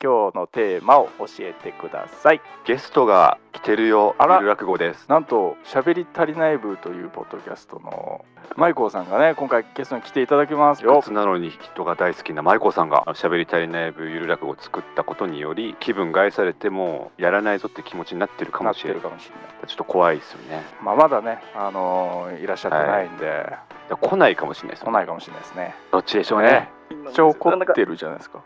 今日のテーマを教えてくださいゲストが来てるよ。あらゆる落語です。なんと「しゃべり足りない部」というポッドキャストのマイコーさんがね今回ゲストに来ていただきますよ夏なのに人が大好きな舞子さんが喋り足りない部ゆる落語を作ったことにより気分害されてもうやらないぞって気持ちになってるかなもっしてれなるいかもしれないちょっと怖いですよねまあまだねあのーいらっしゃってないんで、だから来ないかもしれないです来ないかもしれないですねどっちでしょうねねめっちゃ怒なんかってるじゃないですか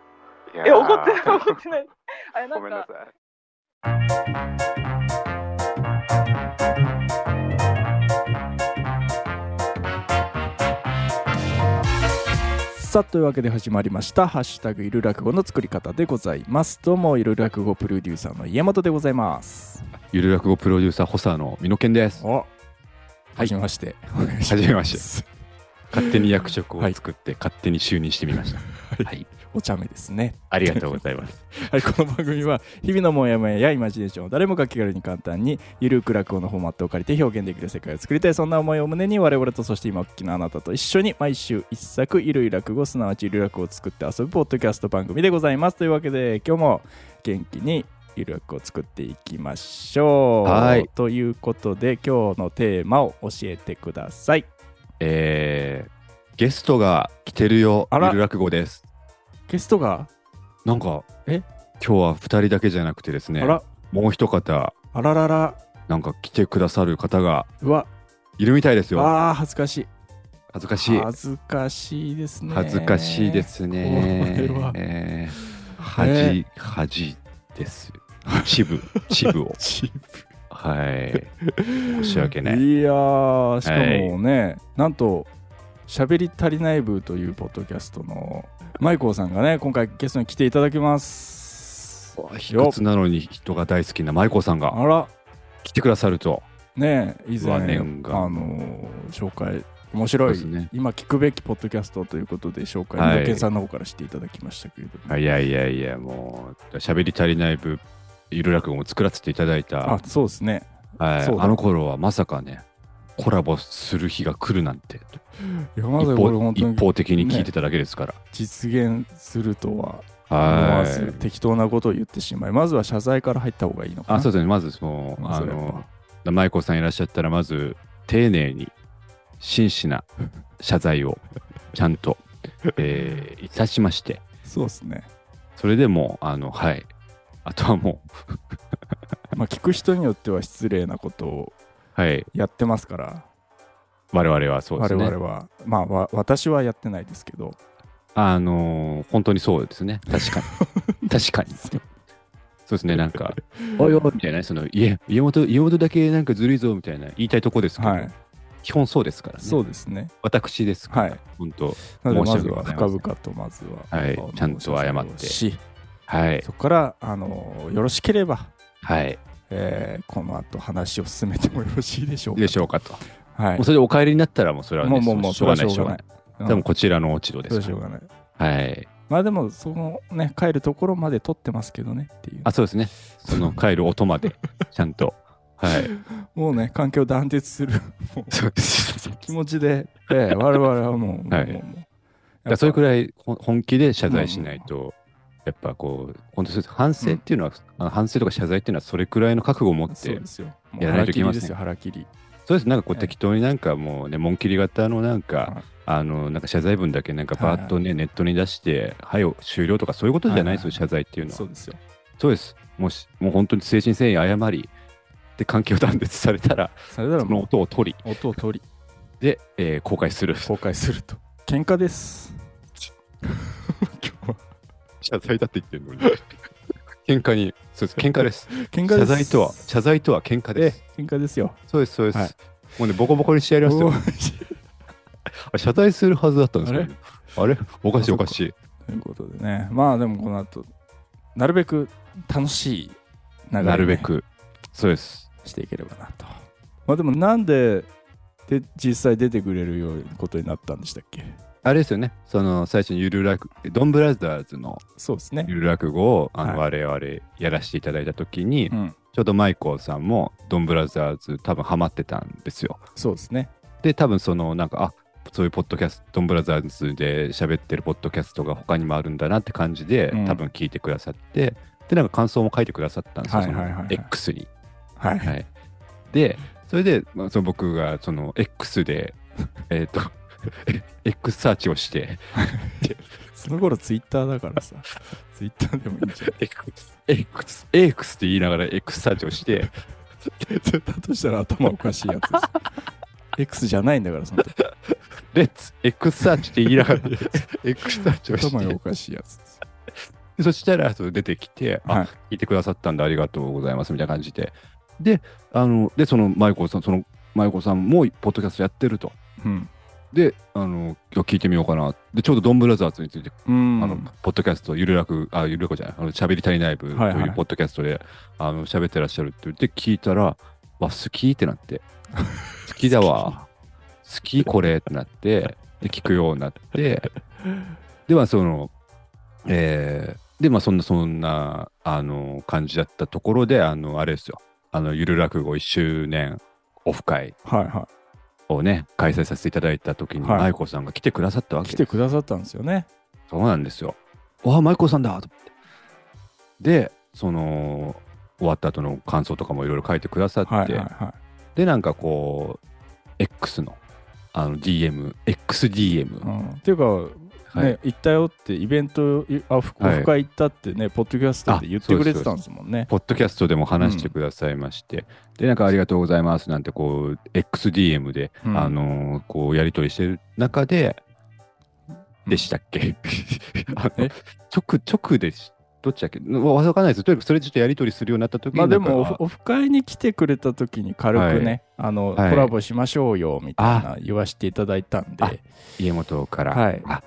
いいや怒って るない怒ってないあれなごんめんなかさいさあというわけで始まりました「ハッシュタグいる落語」の作り方でございますどうもいる落語プロデューサーの家元でございますゆる落語プロデューサー補佐の美濃健です。おはじめましてお願いしはじめまして勝手に役職はをい作って勝手に就任してみました。はい、 お茶目ですねありがとうございます。はい、この番組は日々のモヤモヤやイマジネーションを誰もが気軽に簡単にゆるく落語のフォーマットを借りて表現できる世界を作りたいそんな思いを胸に我々とそして今お聞きのあなたと一緒に毎週一作ゆるい落語すなわちゆる落語を作って遊ぶポッドキャスト番組でございますというわけで今日も元気にゆる落語を作っていきましょうはいということで今日のテーマを教えてくださいえー、ゲストが来てるよ。あゆらる落語です。ゲストが、なんか、え今日は二人だけじゃなくてですねあ、らもう一方、あらららなんか来てくださる方がうわいるみたいですよ。あー恥ずかしい恥ずかしい。恥ずかしいですね恥ずかしいですね。これはえね。ー恥、恥です。恥部、恥部を チはい。申し訳ない。いやーしかもね、なんと「しゃべり足りない部」というポッドキャストのマイコーさんがね今回ゲストに来ていただきます卑屈なのに人が大好きな舞子さんがあら来てくださると、ねえ以前あわの念願ー紹介面白い、そうですね今聞くべきポッドキャストということで紹介はい三宅、さんの方からしていただきましたけれども、いやいやいやもう喋り足りない部ゆる落語も作らせていただいたあそうですねはいそうだあの頃はまさかねコラボする日が来るなんて山一崎これ方本当一に方的に聞いてただけですから、実現するとは思わはずい適当なことを言ってしまいまずは謝罪から入った方がいいのかなあそうですねまずそのまああそれはやっの舞子さんいらっしゃったらまず丁寧に真摯な謝罪をちゃんと、えーいたしましてそうですねそれでもうあのはいあとはもうまあ、聞く人によっては失礼なことをはいやってますから、我々はそうで我すね。々は、まあわ私はやってないですけど、あのー本当にそうですね。確か に。確かに。そうですね、なんか、おいおいみたいな、その家家元、家元だけなんかずるいぞみたいな言いたいとこですけど、はい、基本そうですからね。そうですね。私ですから、はい本当。なので、ま申しず訳ごはざい深ません々とまずは、はいあのちゃんと謝ってし、はい。そこからあのよろしければ、はい。えーこの後話を進めてもよろしいでしょういいか。でしょうかと。はいもう、それでお帰りになったら、もうそれはね、もうもうもうしょうがない、そしれょはうしょうがながうないい。多ん分こちらの落ち度でそうすしかようがない。ら。はい。まあでも、そのね、帰るところまで撮ってますけどねっていうあ、。そうですね。その帰る音まで、ちゃんと。はい。もうね、環境断絶するそうです。だか気持ちで、ええ我々はもう、はいもうもうもうらそれくらいほん本気で謝罪しないと、やっぱこう、本当そうです反省っていうのは、あの反省とか謝罪っていうのは、それくらいの覚悟を持って、そうですよ。もうやらないといけ腹ま切りでせんすよ、腹切り。そうです、なんかこうええ適当になんかもうね、紋切り型のなんか、はいあの、なんか謝罪文だけなんかはいバーッとね、ネットに出して、はい、終了とかそういうことじゃないですよ、謝罪っていうのは。そうですよ。そうです。もうし、もう本当に誠心誠意謝り、で、関係を断絶されたら、それならそのも音を取り、う、音を取り、で、えー公開する。公開すると。喧嘩です。今日は謝罪だって言ってるのに。喧嘩に、そうです、喧嘩です。喧嘩で謝す。罪とは、謝罪とは喧嘩です。ええ喧嘩ですよ。そうです、そうです。はいもうね、ボコボコにしてやりますよ。と謝罪するはずだったんですけど、あれおかしい、おかしい。いうことでね、まあでもこの後、なるべく楽しい流れなるにねべく。そうです。していければなと。まあでも、なんで、で実際出てくれるようなことになったんでしたっけあれですよね、その最初にゆるらく、ドンブラザーズのそうですね。ゆる落語をあのは我々やらせていただいたときに、うん、ちょうどマイコーさんもドンブラザーズ多分ハマってたんですよ。そうですね。で、多分そのなんか、あそういうポッドキャスト、ドンブラザーズで喋ってるポッドキャストが他にもあるんだなって感じで、うん多分聞いてくださって、で、なんか感想も書いてくださったんですよ、はいそはいはいはいの X に。はいはい、で、それで、まあ、その僕がその X で、 えっと、X サーチをして、その頃ツイッターだからさ、ツイッターでもいいんじゃ X、X、X って言いながら X サーチをして、ないだとしたら頭おかしいやつです。X じゃないんだから、 その時レッツ、X サーチって言いながら、X サーチをし頭がおて、かしいやつです。そしたらそう出てきて、あ、はい聞いてくださったんでありがとうございますみたいな感じで。で、あの、で、その舞子さん、その舞子さんもポッドキャストやってると。うん。で、あの、今日聞いてみようかな。で、ちょうどドンブラザーズについて、うん。あの、ポッドキャスト、ゆるらく、あ、ゆるらくじゃない、あの、喋り足りない部とはいはいいうポッドキャストで、あの、喋ってらっしゃるって言って聞いたら、わ、好きってな って、好きだわ、好きこれってなって、で、聞くようになって、で、まあ、その、えーで、まあ、そんな、そんな、あの、感じだったところで、あの、あれですよ、あの、ゆる落語1周年オフ会はいはをね、開催させていただいた時に、はい舞子さんが来てくださったわい。け来でてすくださったんですよね。そうなんですよ。わあ、舞子さんだと思って。で、その、終わった後の感想とかもいろいろ書いてくださって、はいはいはで、なんかこう、X の、あの、DM、XDM、い。うん、っていうか、はいね、行ったよって、イベント、いあ、オフオはいフ会行ったってね、ポッドキャストで言ってくれてたんですもんね。ポッドキャストでも話してくださいまして、で、なんかありがとうございますなんて、こう、XDM で、うんあのーこう、やりとりしてる中で、でしたっ け、あのえ直、直でし、どっちだっけわわかんないです。とにかくそれちょっとやりとりするようになった時にまあでもなオんかフオフ会に来てくれた時に軽くね、あのはいコラボしましょうよみたいな言わせていただいたんであ家元から、はいあ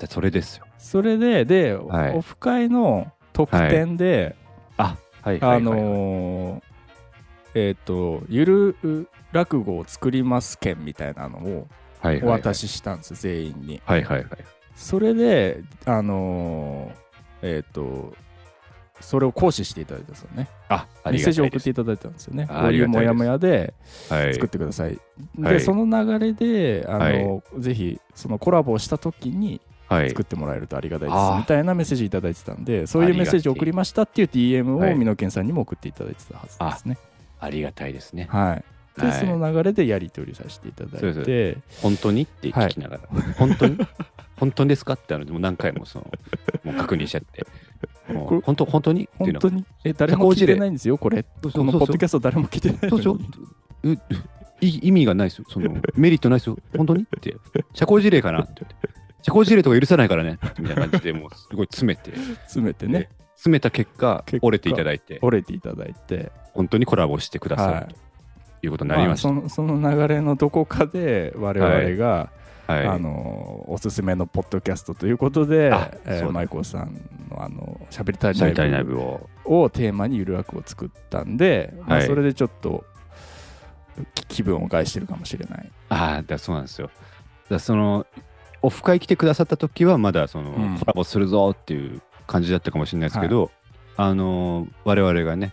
じゃあそれですよそれでで、はいオフ会の特典で、あはいあのーえっ、とゆる落語を作ります券みたいなのをはいおはい渡ししたんです、全員にはいはいはいそれであのーえっ、とそれを行使していただいたんですよねああメッりセーがジたをい送ってですいただいたんですよねこうあいうありがモたいでヤすモヤではい作ってください。はで、いその流れで、あの、ぜひ、そのコラボをした時にはい作ってもらえるとありがたいです、あーみたいなメッセージいただいてたんで、そういうメッセージを送りましたっていう DM はをい美濃健さんにも送っていただいてたはずですね。ありがたいですねはい。で、はいその流れでやり取りさせていただそういてで、本当にって聞きながら、本当に本当にですかってあのもう何回 もそのもう確認しちゃってもこれう本当本当にってい本うの当に、え、誰も聞いてないんですよ、これ。そこうそうのそうポッドキャスト誰も聞いてないそうでしのょに。ううい意味がないですよそのメリットないですよ本当にって社交辞令かなって言って社交辞令とか許さないからねみたいな感じでもうすごい詰めて詰めてね、詰めた結果結果折れていただいて折れていただいて。本当にコラボしてくださる、はいということになりました、あそのその流れのどこかで我々が、はい、あのおすすめのポッドキャストということであ、えー、そうだマイコさんのあの「しゃべりたいシャライタイナイイブブを」をテーマにゆるわくを作ったんで、まあはいそれでちょっとき気分を害してるかもしれない、ああだそうなんですよだからそのオフ会来てくださった時はまだその、うんコラボするぞっていう感じだったかもしれないですけど、あの我々がね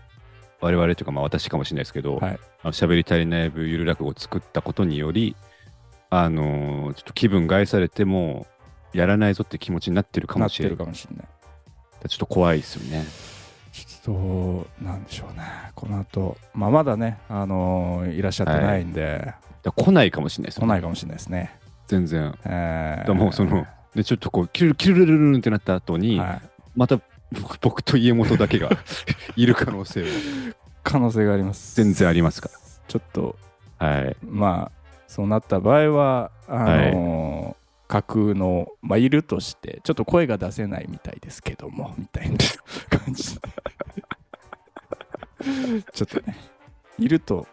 我々というかまあ私かもしれないですけど、はいあのしゃべり足りない部ゆる落語を作ったことによりあのちょっと気分害されてもやらないぞって気持ちになってるかなもっしてれるなかいもしれないちょっと怖いですよねちょっとなんでしょうねこの後、まあまだね、あのーいらっしゃってないんで、だから来ないかもしれないです来よないかもしれないですね、全然えだーからもうその、で、ちょっとこう、キュルキュルルルルンってなった後に、はいまた僕僕と家元だけがいる可能性も可能性があります全然ありますかちょっとら。はい。まあそうなった場合はあのー架空の、まあ、いるとしてちょっと声が出せないみたいですけどもみたいな感じちょっとねいると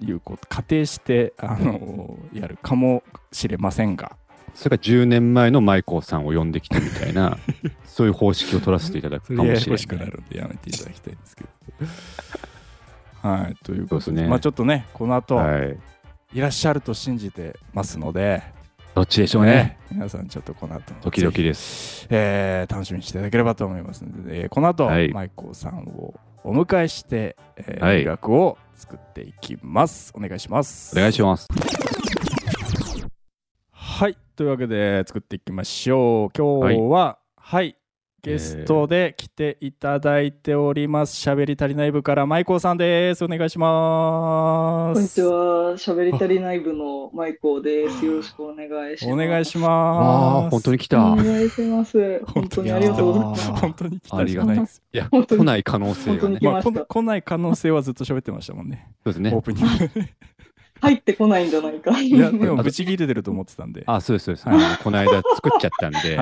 いうこと仮定してあのーやるかもしれませんがそれから10年前の舞子さんを呼んできてみたいな、そういう方式を取らせていただくかもややしれこしくな。ないるんでやめていただきたいんですけど はいということそでうですねまあちょっとねこの後、はい。い、らっしゃると信じてますので、どっちでしょうね。皆さんちょっとこの後も時々です。えー楽しみにしていただければと思いますので、えーこの後、はいマイコーさんをお迎えして、えーはい音楽を作っていきます。お願いします。お願いします。はというわけで作っていきましょう今日ははい、ゲストで来ていただいておりますしゃべり足りない部から舞子さんですお願いしますこんにちは、しゃべり足りない部のマイコーです。よろしくお願いしおます。願いしあますあ、本当に来おた。願いします。本当にありがとうございます。本当に来たありじがゃたないいですいや、本当に来ない可能性が本当ねに。来ままあしたこん来ない可能性はずっと喋ってましたもんねそうですオねー。プニングで入ってこないんじゃないか。いやでもブチ切れてると思ってたんであ、そうです、そうです。はあいのこの間作っちゃったんはで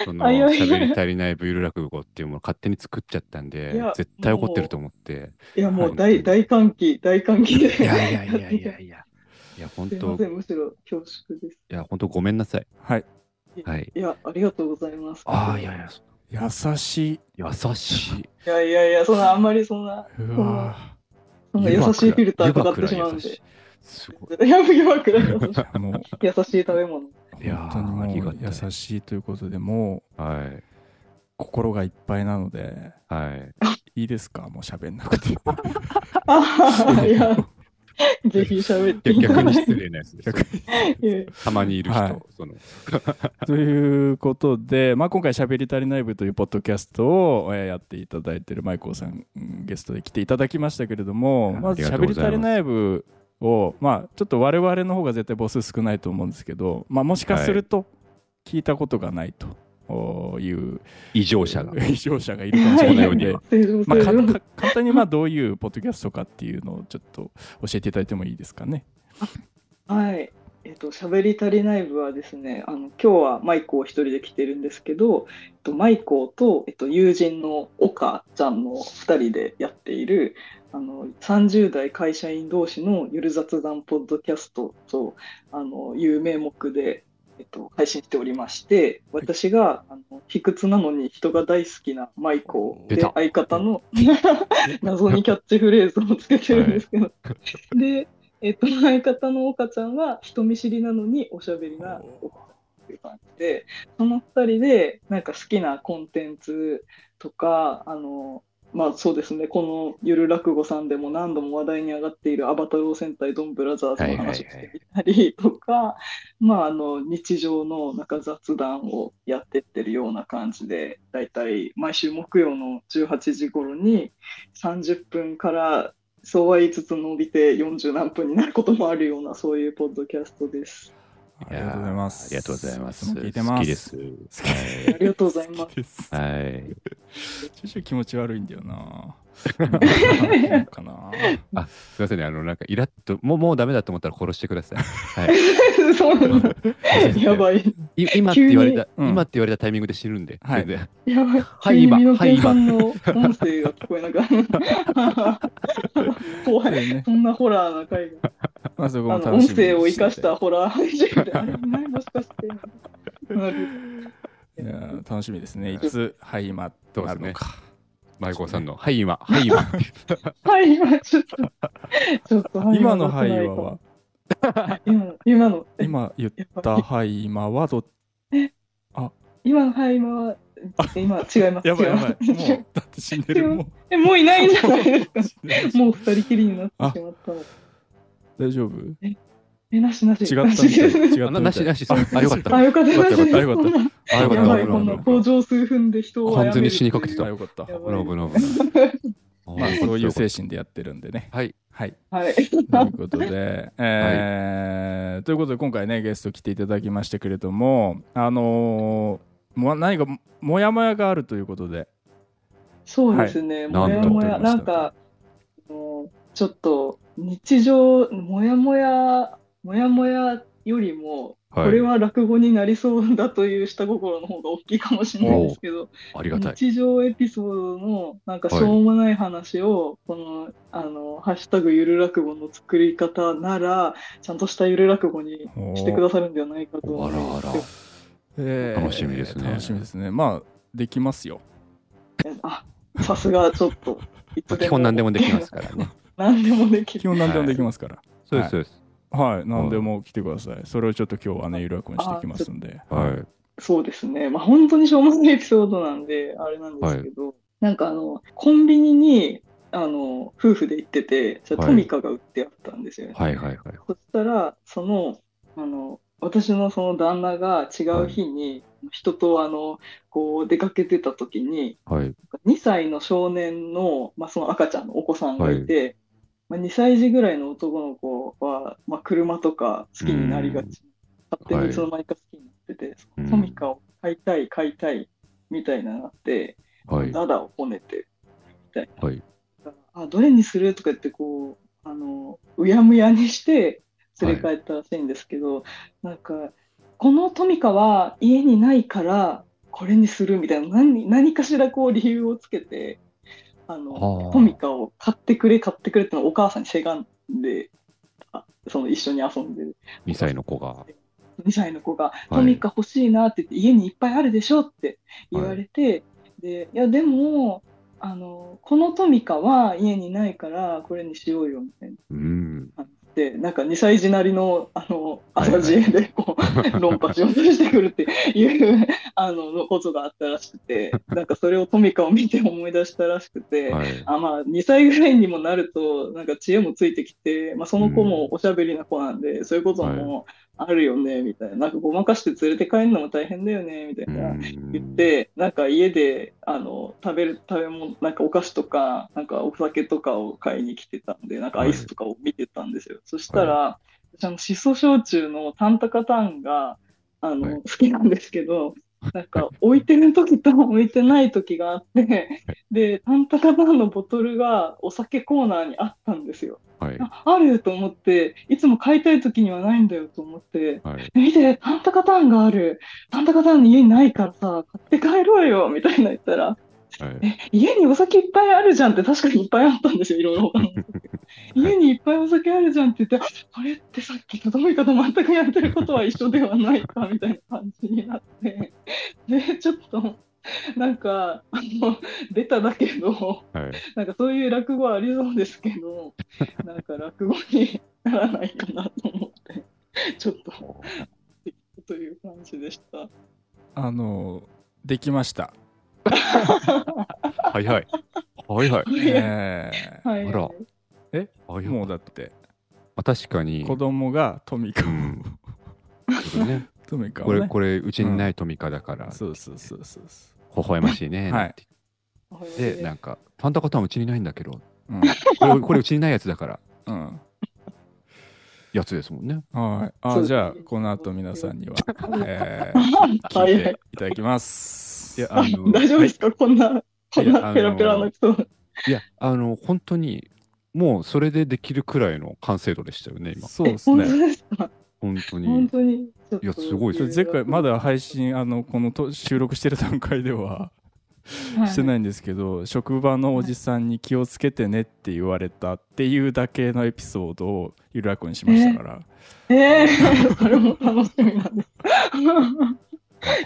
い、その、あいやいや喋り足りないブール落語っていうものを勝手に作っちゃったんいでや、絶対怒ってると思って。いや、もはいう大大歓喜、大歓喜で。いやいやいやいやいや。いや、本 すい当ません、むしろ恐縮です。いや、本当ごめんなさい。はいはい。いや、ありがとうございます。ああ、いやいや、そ優しい優しい。いやいやいや、そんな、あんまりそんな、う わそんな優しいフィルターかかってしまうん湯で。葉くらい優しいすごい。いや、 弱くないです。ーもう優しい食べ 物。いや本ー当にありもがうたい優しいということでもうはい。心がいっぱいなのではい。いいですかもう喋んなくてああ、いや、ぜひ喋っていいやた逆だにい失て。礼なやつです。たまにいる人、はいその。 ということで、まあ、今回「しゃべり足りない部」というポッドキャストをえーやっていただいてるマイコーさんうんゲストで来ていただきましたけれどもはいまず「しゃべり足りない部」をまあちょっと我々の方が絶対母数少ないと思うんですけど、まあ、もしかすると聞いたことがないと。おいう異常者が。 異常者がいるかもしれないので、正常まあ、 正か常か簡単にまあどういうポッドキャストかっていうのをちょっと教えていただいてもいいですかね。はい。えっと、しゃべり足りない部はですね、あの、今日はマイコを一人で来てるんですけど、えっと、マイコと、えっと、友人の岡ちゃんの二人でやっている、あの、30代会社員同士のゆる雑談ポッドキャストと、あの、いう名目で、えっと、配信しておりまして、私が、あの、卑屈なのに人が大好きなマイコ出でた、相方の 謎にキャッチフレーズをつけてるんですけど、で、えっと、相方の岡ちゃんは人見知りなのにおしゃべりな岡ちゃんっていう感じで、その二人で、なんか好きなコンテンツとか、あの、まあそうですね、このゆる落語さんでも何度も話題に上がっているアバタロー戦隊ドンブラザーズの話をしていたりとか、まああの、日常のなんか雑談をやってってるような感じで、だいたい毎週木曜の18時頃に30分からそうは言いつつ伸びて40何分になることもあるようなそういうポッドキャストです。ありがとうございます。ありがとうございます。つも聞いてます。好きです。ありがとうございま好きです。はい。ちょいちょい気持ち悪いんだよ な。なんかな。すいませんね。あの、なんか、イラッと、もう、もうダメだと思ったら殺してください。 す。そうなの やばい。い今って言われた、急にうん今って言われたタイミングで死ぬんで。はい全然やばい。はい今急にミノケンはさんの音声が聞こえなくな る。怖い。でね、そんなホラーな回が。まあそこあも楽のし音みにして声を生かしたホラー配信みたいな。あれもしかして。なるいやー楽しみですね。いつ、はい、今、どうなるのか。マイコーさんの、はい、今、はい、今。はい、今ちょっと。ちょっと今のはい今今のは、今の、今の、今言っやばいたはい今はど、今のはい今は、今違います。やばいやばい。も違ますう、だって死んでる。もう、え、もういないんじゃないですか。もう二人きりになあってしまったの。大 丈夫違え、なしなし。ったなみたい。しです違ったあみた。ないしなし、あ、よかった。 あ、よかった、よなかしったですよかったそんなあ、よかっやた。ば危い、こんなない工場数分で人を殺める完全に死にかけてたあよかった。やばい危ない危ない危まなあ、い。そういう精神でやってるんでね。はい。はい。 はい。ということで、えーということで今回ねゲスト来ていただきましたけれどもあのーも何かモヤモヤがあるということでそうですね、いもやもや、ななんんとか、もうちょっと日常、もやもや、もやもやよりも、こはいれは落語になりそうだという下心の方が大きいかもしれないですけど、ありがたい。日常エピソードのなんかしょうもない話を、この「あのハッシュタグゆる落語」の作り方ならちゃんとしたゆる落語にしてくださるんではないかとお思あいらまあすら。えー楽しみですね楽しみですねまあできますよあさすがちょっといつでも基本何でもできますからね。 何でもでき基る本何でもできますからそうです、そうです。はい、何でも来てくださいそれをちょっと今日はねゆるくにしていきますんではい。そうですねまあ本当にしょうもないエピソードなんであれなんですけど、なんかあのコンビニにあの夫婦で行っててそれトミカが売ってあったんですよね、はい、はい、はい。そしたら、その、あの、私のその旦那が違う日に、人とあのこう出かけてた時にはい。 2歳の少年の,、まあその赤ちゃんのお子さんがいて、まあ、2歳児ぐらいの男の子は、まあ、車とか好きになりがち勝手にいつの間にか好きになってて、うんトミカを買いたい買いたいみたいなのがあって、はい。ダダをこねてみたいな。はいあどれにするとか言ってこうあのうやむやにして連れ帰ったらしいんですけど、なんかこのトミカは家にないからこれにするみたいな何何かしらこう理由をつけてああのートミカを買ってくれ買ってくれってのをお母さんにせがんであその一緒に遊んでる2歳の子が。 2歳の子が、いトミカ欲しいなって言って、家にいっぱいあるでしょって言われて、で、いや、でも、あの、このトミカは家にないから、これにしようよ、みたいな。うん。で、なんか2歳児なりの、あの、朝知恵で、こう、論破しようとしてくるっていう、あの、ことがあったらしくて、なんかそれをトミカを見て思い出したらしくて、はい。あまあ、2歳ぐらいにもなると、なんか知恵もついてきて、まあ、その子もおしゃべりな子なんで、そういうこともあるよね、みたいな、なんかごまかして連れて帰るのも大変だよね、みたいうな。ん言っ、てなんか家であの食べる食べ物なんかお菓子とかなんかお酒とかを買いに来てたんでなんかアイスとかを見てたんですよ、そしたら、私あのシソ焼酎のタンタカタンがあの、はい好きなんですけどなんか置いてる時と置いてない時があってでタンタカタンのボトルがお酒コーナーにあったんですよはい。ああると思っていつも買いたい時にはないんだよと思ってはい。見て、タンタカタンがある。タンタカタン家にないからさ、買って帰ろうよ、みたいな言ったら、はい。え、家にお酒いっぱいあるじゃんって確かにいっぱいあったんですよ、いろいろ。家にいっぱいお酒あるじゃんって言って、あこれってさっきとどめかと全くやってることは一緒ではないか、みたいな感じになって。で、ちょっと、なんか、あの、ベタだけど、はい。なんかそういう落語ありそうですけど、なんか落語にならないかなと思って、ちょっと。という感じでした。あのできました。はいはい。はいはい。えはい。あらえももうだってう確かに、子供がトミカを、 うんね、トミカをこねれ、これ、うちにないトミカだから、微そうそうそうそうそ笑ましいね。はいなんて言 って。で、なんか、タンタカタンうちにないんだけど、う。うんこれ、これうちにないやつだから、うんやつですもんね。はい、そあうじゃあこの後皆さん には、えー、は聞いいて。いただきます。いや、あの、 大丈夫ですか、こんな、こんいやあなのペラペラの人。いや、あの、本当に、もうそれでできるくらいの完成度でしたよね、今。そうえで、す本ね当。ですか。本当本に。当に。ちょっといやすごいちょ前回ま、だ配信あのこのと収録してる段階ではしてないんですけど、職場のおじさんに気をつけてねって言われたっていうだけのエピソードをゆらこにしましたから、い。えー、 それも楽しみなんです。なんかも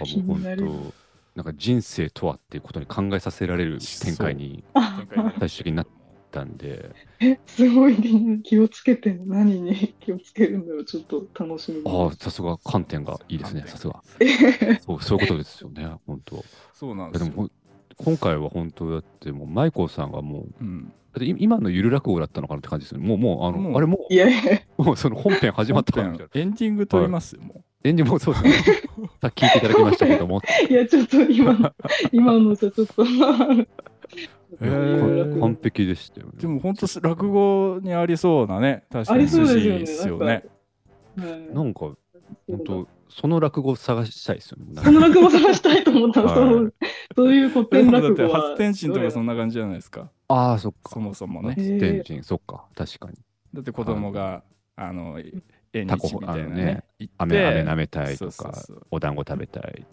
う気になる本当、なんか人生とはっていうことに考えさせられる展開に あ最終的になったんで、え、すごい気をつけて、何に 気をつけるんだろう、ちょっと楽しみに。ああ、さすが観点がいいですね、観点さすが。えーそうそういうことですよね、本当。いそうなんやですでよもほん今回は本当だって、もう、舞子さんがもう、うん、だってい今のゆる落語だったのかなって感じですよね。もう、もう、あの、もうあれも いやいや、う、もうその本編始まったからみたい本な。編エンディング撮りますよ、もエンディングもそう ですね。さっき聞いていただきましたけども、いや、ちょっと今の、今のじゃ、ちょっと。えー完璧でしたよね。うでも本当す落語にありそうなね確かあにりそうです筋よね。ですよなんねか。はいなんか、そう本だ当その落語を探したいですよね。なんかその落語探したいと思ったの、はいそうそういう古で典もだ落って語は。発展心とかそんな感じじゃないですかああ、そっかそ。もそもねへえ天神、そっか、確かに。だって子供があの縁タコ日みたいなね行って飴飴舐めたいとそうかそうそう、お団子食べたいって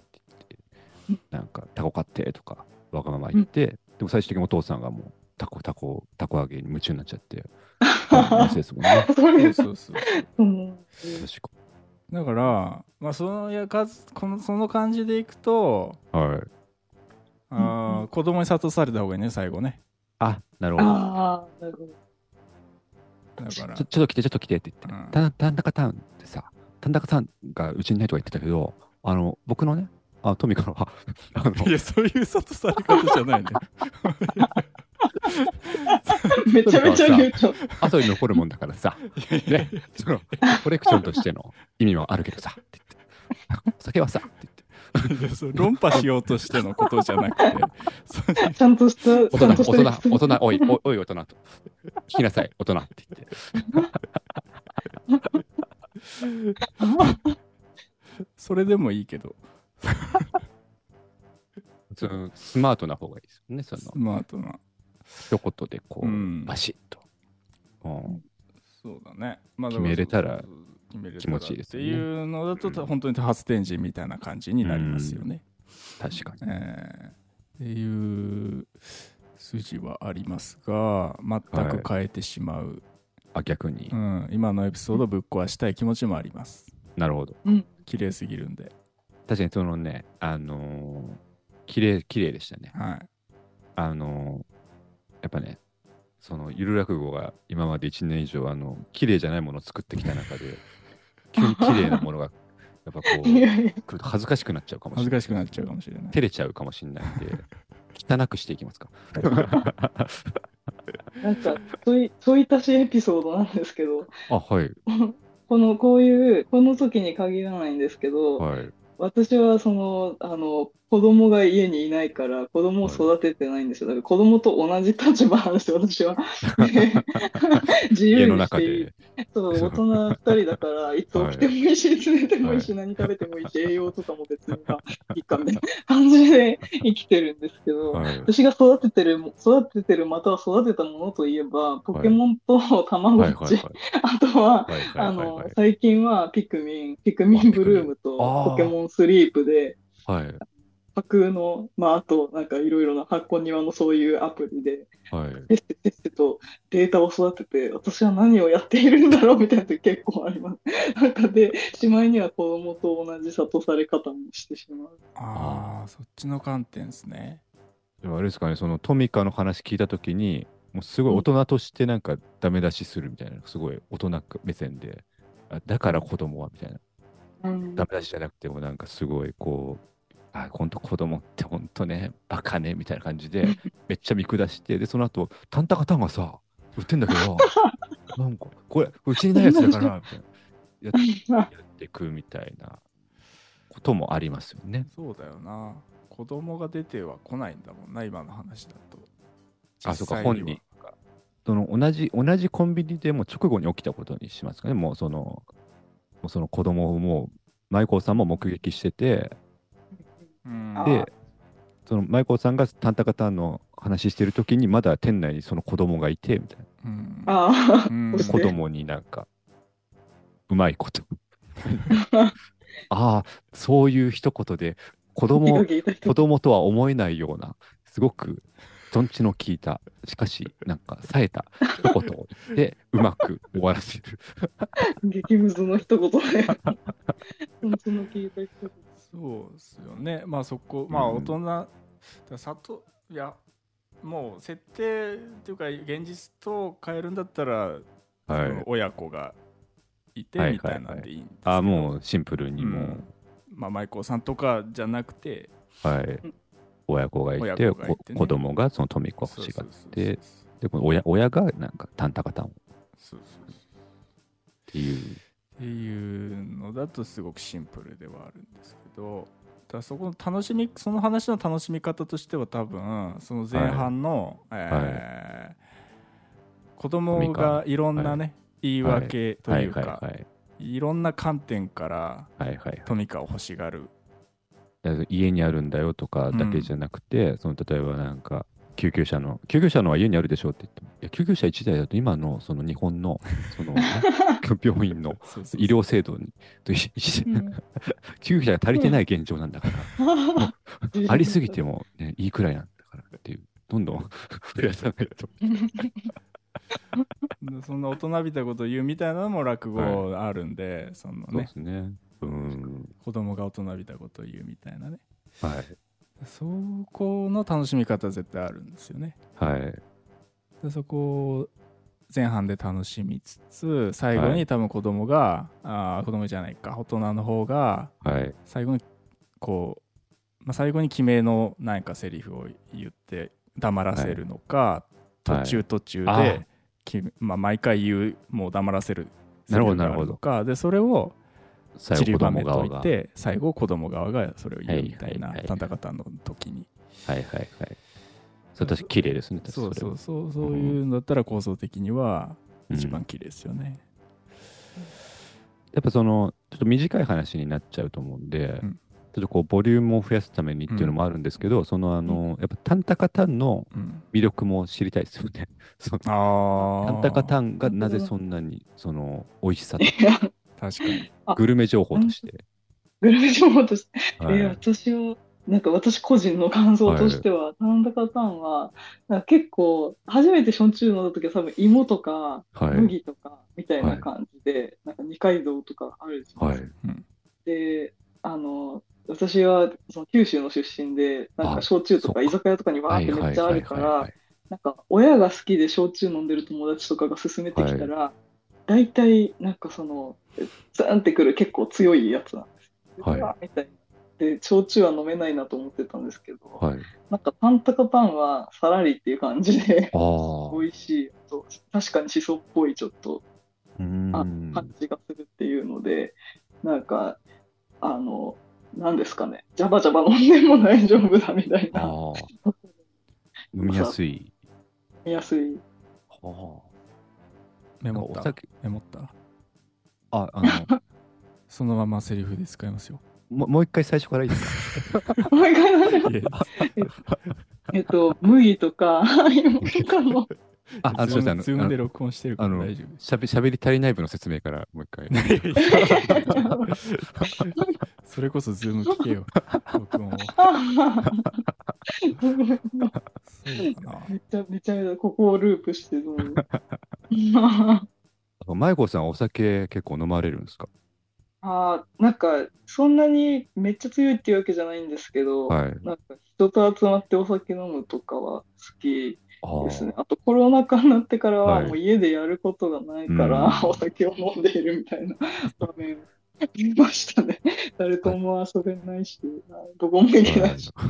言って、なんか、タコ買ってとか、わがまま言って、でも最終的にお父さんがもう、タコ、タコ、タコ揚げに夢中になっち ゃって、話ですもんね。そそうれそうそううん確だから、まあ、そのやかずこのその感じでいくとか。はい。あー子供に諭された方がいいね最後ねあ、なるほど。ああ、なるほど。だちかょらちょっと来て、ちょっと来てって言っうんて、たたんだかたんってさ、たんだかたんがうちにないとか言ってたけど、あの、僕のね、あトミカの、ああの、いやそういう諭され方じゃないね めちゃめちゃ言うと。後に残るもんだからさ、ね、そのコレクションとしての意味はあるけどさ、ってお酒はさって言っていやそれ論破しようとしてのことじゃなくて、そういうちゃんとした、ちゃ大ん人大とした人大人おいおおい大人と聞きなさい大人って言ってそれでもいいけど、そのスマートな方がいいですよねそのスマートな。一言でこう、うんバシッと、うんそうだね。まあ決めれたら、決めれたら気持ちいいですよねっていうのだと、うん本当に発電時みたいな感じになりますよね。確かにえーっていう筋はありますが、全く変えてしまう、あ逆に、うん、今のエピソードをぶっ壊したい気持ちもあります。なるほど綺麗すぎるんで。確かにそのねあのー、綺麗綺麗でしたねはい。あのー、やっぱねそのゆる落語が今まで1年以上あの綺麗じゃないものを作ってきた中 で急に綺麗なものがやっぱこういやいや、来ると恥ずかしくなっちゃうかもしれ恥ないずかしくなっちゃうかもしれない。照れちゃうかもしれないんで汚くしていきます か なんか、ちょい、ちょい足しエピソードなんですけど、あはいこの、こういう、この時に限らないんですけど、はい私はその、あの、子供が家にいないから、子供を育ててないんですよ。だから子供と同じ立場なんですよ、私は。で自家由のにし中ていいでそう、大人2人だから、いつ起きてもいいし、いつ寝てもいいし、何食べてもいいし、栄養とかも別にまあいいかみたいな感じで生きてるんですけど、はい私が育ててるも、育ててるまたは育てたものといえば、ポケモンとたまごはいっはいち、あとは、はいあはいのはい、最近はピクミン、ピクミンブルームとあポケモンスリープで、はいはい架空の、まあ、あと、なんかいろいろな箱庭のそういうアプリで、はい せっせせっせとデータを育てて、私は何をやっているんだろうみたいな時結構あります。 なんかで、しまいには子供と同じ諭され方もしてしまう。ああ、そっちの観点ですね。でもあれですかねそのトミカの話聞いたときにもうすごい大人としてなんかダメ出しするみたいなすごい大人目線であだから子供はみたいなダメ出しじゃなくてもなんかすごいこうあ本当子供って本当ねバカねみたいな感じで めっちゃ見下してでその後タンタカタンがさ売ってんだけ どなんかこれうちにないやつだからみたいなやっやってくみたいなこともありますよね。そうだよな。子供が出ては来ないんだもんな、今の話だと。あそう実か際には本人その同じ同じコンビニでも直後に起きたことにしますかね、もうそのもうその子供をもう、舞子さんも目撃してて、うんあーで、その舞子さんがタンタカタンの話してる時に、まだ店内にその子供がいてみたいな、うんああ、うんそして子供になんか、うまいこと、 ああ、そういう一言で、子気供 が利いた人子供とは思えないような、すごく、どんちの聞いた、しかし、なんか、冴えた一言を言って、うまく終わらせる。激ムズの一 言で。本当の聞いた一言。そうですよね。まあそこ、まあ大人、だから里、いや、もう設定っていうか、現実と変えるんだったら、その親子がいてはいみたいなんでいいんですけどあもうシンプルにもう、うんまあ、舞妓さんとかじゃなくて、はいうん、親子がいて親子がいてねこ子供がその富子をそう欲しそがうっそうてでこの親親がなんかタンタカタンをっそうそうそうていうっていうのだとすごくシンプルではあるんですけどただそこの楽しみその話の楽しみ方としては多分その前半の、えー子供がいろんなね、言い訳とはいいうか、はいいはいろんな観点からはいはいトミカを欲しがる、だから家にあるんだよとかだけじゃなくて、その例えばなんか救急車の救急車のは家にあるでしょうって言ってもいや救急車1台だと今のその日本のそ の、ね病院のそうそう医療制度にと一緒うにん 救急車が足りてない現状なんだから、ありすぎても、ね、いいくらいなんだからっていう、どん どん増やさないと。そんな大人びたことを言うみたいなのも落語あるんで、そのそうでねすね。うん。子供が大人びたことを言うみたいなねはい。そこの楽しみ方は絶対あるんですよねはい。でそこを前半で楽しみつつ最後に多分子供が、あー子供じゃないか大人の方がはい。最後にこう、まあ、最後に決めの何かセリフを言って黙らせるのか、はい途中途中で、あーきまあ、毎回言うもう黙らせるなるほどセリフがあのかでそれを最散後り子ば供めと側いが。はいて最後子供側がそれを言うみたいなはいはいはいタンタカタンの時にはいはい。それ確か綺麗ですね。確かそうにれそはうそうそういうんだったら構想的には一番綺麗ですよね、やっぱそのちょっと短い話になっちゃうと思うんで、うんちょっとこうボリュームを増やすためにっていうのもあるんですけど、そのあのやっぱタンタカタンのうん魅力も知りたいですよね。そのあターンタカタンがなぜそんなにその美味しさといや確かにグルメ情報として。 グルメ情報としてはいえー私はなんか私個人の感想としては、なんだかタンはなんか結構初めて焼酎飲んだ時は多分芋とかはい麦とかみたいな感じで、なんか二階堂とかあるじゃないはですかいであの私はその九州の出身でなんあか焼酎とそかっか居酒屋とかにわはいーってはめっいちゃあはるいからはいなんか親が好きで焼酎飲んでる友達とかが勧めてきたら、大体なんかそのザーンってくる結構強いやつなんですよ。はいうわみたいなで焼酎は飲めないなと思ってたんですけど、はい。なんかパンタカパンはさらりっていう感じでああ。美味しいあと確かにしそっぽいちょっとうーん。感じがするっていうので、なんかあのなんですかねジャバジャバ飲んでも大丈夫だみたいあなあ。飲みやすい。見やすいああ。メモおった酒。メモったあ、あ の、そのままセリフで使いますよももう一回最初からいいですか毎回なんで えっと麦とか芋とかのあ、あの、すいませんあの自分あでの、録音してるからあの大丈夫 ですしゃべしゃべり足りない部の説明からもう一回。それこそズーム聞 けよ録音をそうかなめちゃめちゃめちゃここをループしてるのマイコさん、お酒結構飲まれるんですか あーなんかそんなにめっちゃ強いっていうわけじゃないんですけど、はい。なんか人と集まってお酒飲むとかは好きあですねー。あとコロナ禍になってからははいもう家でやることがないから、うんお酒を飲んでいるみたいな 場面を見ましたね。誰とも遊べないし、どこも行けないし。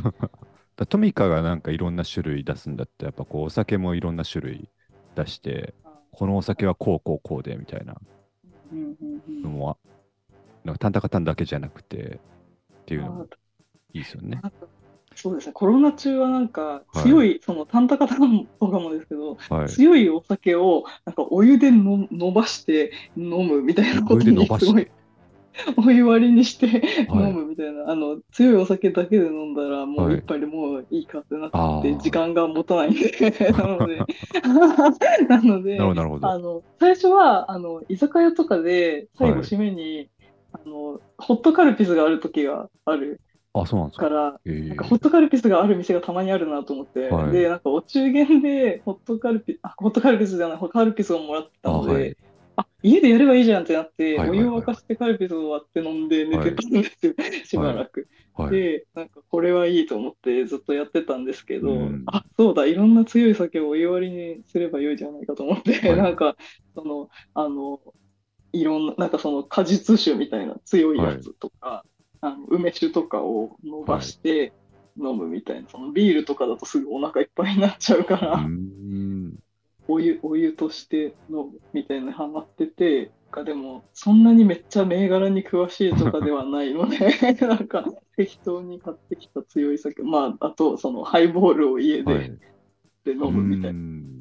だトミカがなんかいろんな種類出すんだって、やっぱこう、お酒もいろんな種類出して、このお酒はこうこうこうでみたいなうんうんうんのも、なんかタンタカタンだけじゃなくてっていうのあもいいですよね。なんかそうですね、コロナ中はなんか強い、そのタンタカタンとかもですけど、はい。強いお酒をなんかお湯での伸ばして飲むみたいなことお湯で伸にばすしてごいお湯割りにしてはい飲むみたいな、あの強いお酒だけで飲んだらもはうい一杯でもういいかってなって、ああ。時間が持たないん でなので なのでなるほど、なるほあど。の最初はあの居酒屋とかで最後はい締めに、あのホットカルピスがある時があるあ、そうなんですかか。ら、えなんかホットカルピスがある店がたまにあるなと思って、はいで、なんかお中元でホットカルピス、あ、ホットカルピスじゃない、ホットカルピスをもらってたので、あ,、はい。家でやればいいじゃんってなって、はいはいお湯を沸かしてカルピスを割って飲んで寝てたんですよ、 しばらく。はい。で、なんかこれはいいと思ってずっとやってたんですけど、うんあ、そうだ、いろんな強い酒をお湯割りにすればよいじゃないかと思って、はいなんか、その、あの、いろんな、なんかその果実酒みたいな強いやつとか、あの梅酒とかを伸ばして飲むみたいな、そのビールとかだとすぐお腹いっぱいになっちゃうかうら、ーん。お湯、お湯として飲むみたいなのにハマってて、なんかでも、そんなにめっちゃ銘柄に詳しいとかではないので、 なんか適当に買ってきた強い酒、まあ、あと、そのハイボールを家はいで。で飲むみたいな。うん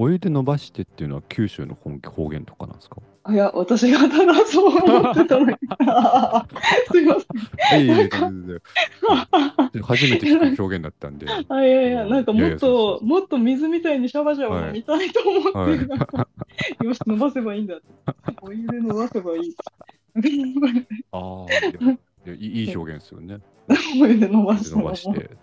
お湯で伸ばしてっていうのは九州の本方言とかなんですかあいや、私がただそう思ってたのに。 あーすいません。いえいえ全然初めて聞く表現だったんで。はい。あいやいや、なんかいやいもやっそうそうとそ、うもっと水みたいにシャバシャバ飲みたいと思って、はいなんか よし、伸ばせばいいんだって。お湯で伸ばせばいい。 ああ、いやいいいい表現ですよね。お湯で伸ばし伸たのばもしてって。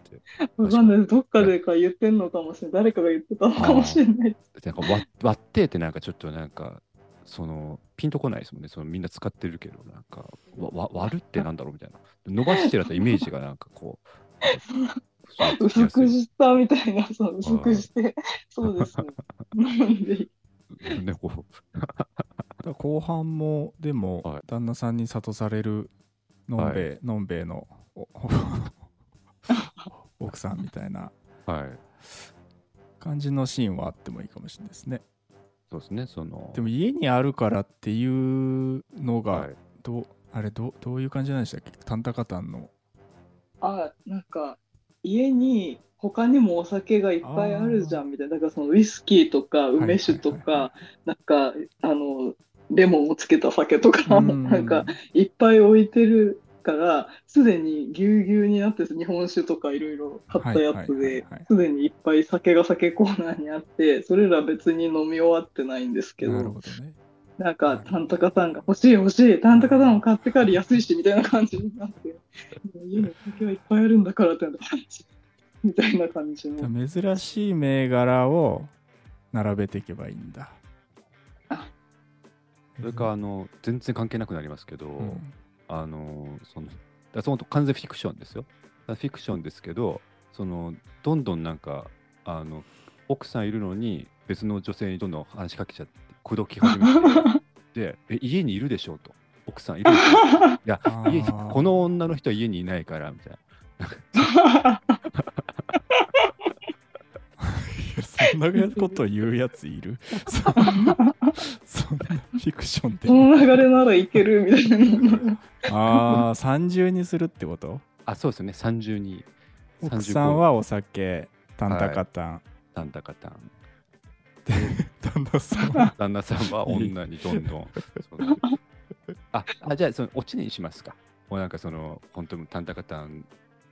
わかんないです。どっかでか言ってんのかもしれない。誰かが言ってたのかもしれない。なんか割割ってってなんかちょっとなんか、そのピンとこないですもんね。そのみんな使ってるけど、なんかわわ割るってなんだろうみたいな。伸ばしてるだったらイメージがなんかこう。薄くしたみたいな、そう薄くして。そうですね。なんで、ね、こだから後半もでも、はい旦那さんに諭されるのんべえ、のんべえのお 奥さんみたいなう。はい。感じのシーンはあってもいいかもしれないですねそうですね、その。でも家にあるからっていうのがはいどう、あれどう、どういう感じなんでしたっけタンタカタンの。あなんか家に他にもお酒がいっぱいあるじゃんみたいなだからそのウイスキーとかいはい梅酒とか、なんかあのレモンをつけた酒とか、 なんか、いっぱい置いてるからすでにぎゅうぎゅうになってて日本酒とかいろいろ買ったやつはいはいではいはいすでにいっぱい酒が酒コーナーにあってそれら別に飲み終わってないんですけなるどほどね。なんかタンタカさんが欲しい欲しいタンタカさんを買ってから安いしみたいな感じになってもう家にお酒はいっぱいあるんだからってなってみたいな感 じの珍しい銘柄を並べていけばいいんだあ。それか、あの、全然関係なくなりますけど、うんあの、その、だからその完全フィクションですよ。だからフィクションですけど、その、どんどんなんか、あの、奥さんいるのに、別の女性にどんどん話しかけちゃって、口説き始めて、で、え、家にいるでしょうと。奥さんいるでし ょうと。いやあ、ー家にこの女の人は家にいないから、みたいな。いやそんなこと言うやついる そんそんなフィクションそで。の流れならいけるみたいなああ、30にするってことあ、そうですね、30に。奥さんはお酒、タンタカタン。 35なんだかたん。旦那さんは 旦那さんは女にどん どん。そのああ、じゃあ、その、落ちにしますか。もうなんかその、本当にタンタカタン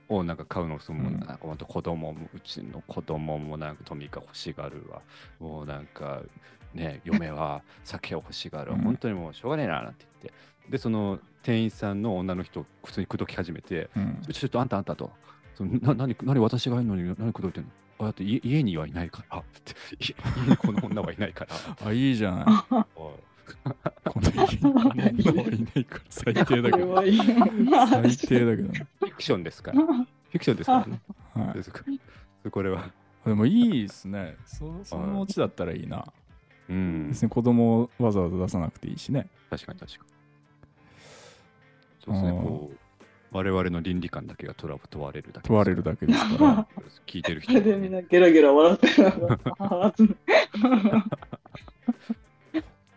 をなんか買うの、その、うんなんか本当子供も、うちの子供もなんかトミカ欲しがるわ。もうなんか、 ね、嫁は酒を欲しがるわ。うん本当にもうしょうがねえな、なんて言って。で、その、店員さんの女の人、普通に口説き始めて、うんちょちょっとあんたあんたと、そのな何何私がいるのに何口説いてんのあだって家家にはいないから、ってい家にこの女はいないから。あ、いいじゃない。おいこの家にこの女はいないから最低だこけれ ど。はいい最低だけどね。フィクションですから。フィクションですからね。はいですからこれは。でもいいですね。そそのうちだったらいいな。うん別に子供をわざわざ出さなくていいしね。確かに確かに。そうですね、あーこう、我々の倫理観だけが問わ問われるだけです問われるだけです から。聞いてるそ人れはでみ ね、んなゲラゲラ笑ってながらあーつ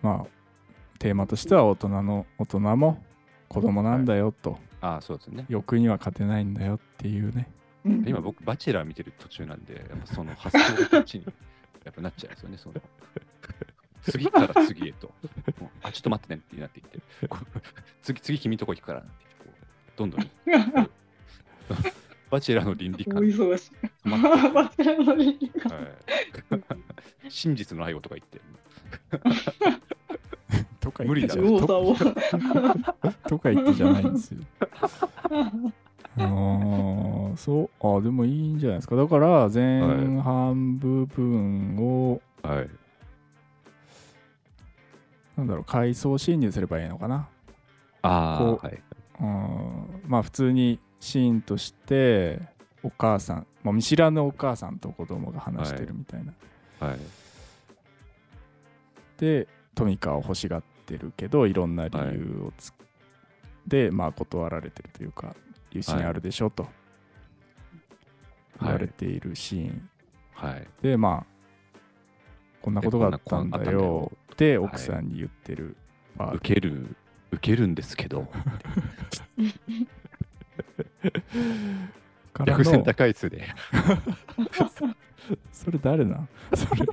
まあ、テーマとしては大人の、大人も子供なんだよと、ああ、そうですね。欲には勝てないんだよっていうね。今僕、バチェラー見てる途中なんで、やっぱその発想のこっちに やっぱなっちゃうんですよね、その。次から次へと。もうあ、ちょっと待ってねってなっていって、こう次、次君のとこ行くからなんて言ってこうどんどん、バチェラーの倫理大観止忙しいまってるバチェラーの倫理観はい、真実の愛をとか言って、とか無言って理だじゃろない右往左と往とか言ってじゃないんですよ。 あーそう、あ、でもいいんじゃないですか。だから、前半部分を、はい、なんだろう、階層侵入すればいいのかな。あこあ、はい、うん、まあ、普通にシーンとして、お母さん、まあ、見知らぬお母さんと子供が話してるみたいな。はい、で、トミカを欲しがってるけど、いろんな理由をつ、で、まあ、断られてるというか、いうシーンあるでしょと言われているシーン。はい、でまあこんなことがあったんだでこんなことがあよったんだよってはい奥さんに言ってるパー受ける、受けるんですけど、から逆線の高い 数で、それ誰なんそれ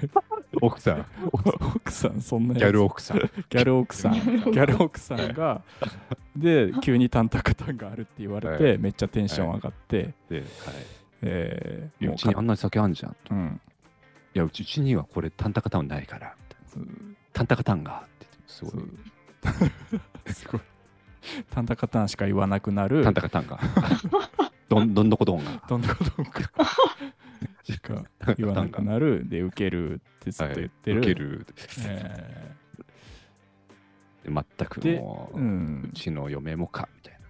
奥さん、奥さんそんな ギやャつル奥さん、ギャル奥 さんギャル奥さんが で急にタンタカタンがあるって言われて、はめっちゃテンション上がって、で、はいえーいや、もううちにあかんなに酒あんじゃん。うんいや、うちうちにはこれ、タンタカタンないから、みたいなそうタンタカタンが、ってそすごうい。すごいタンタカタンしか言わなくなタるンタカタンが。 どんどんどこどんが。どんなこと もかしか言わなくなるで受けるってずっと言ってる、受ける。えで全くでもーう、う、うんちの嫁もか、みたい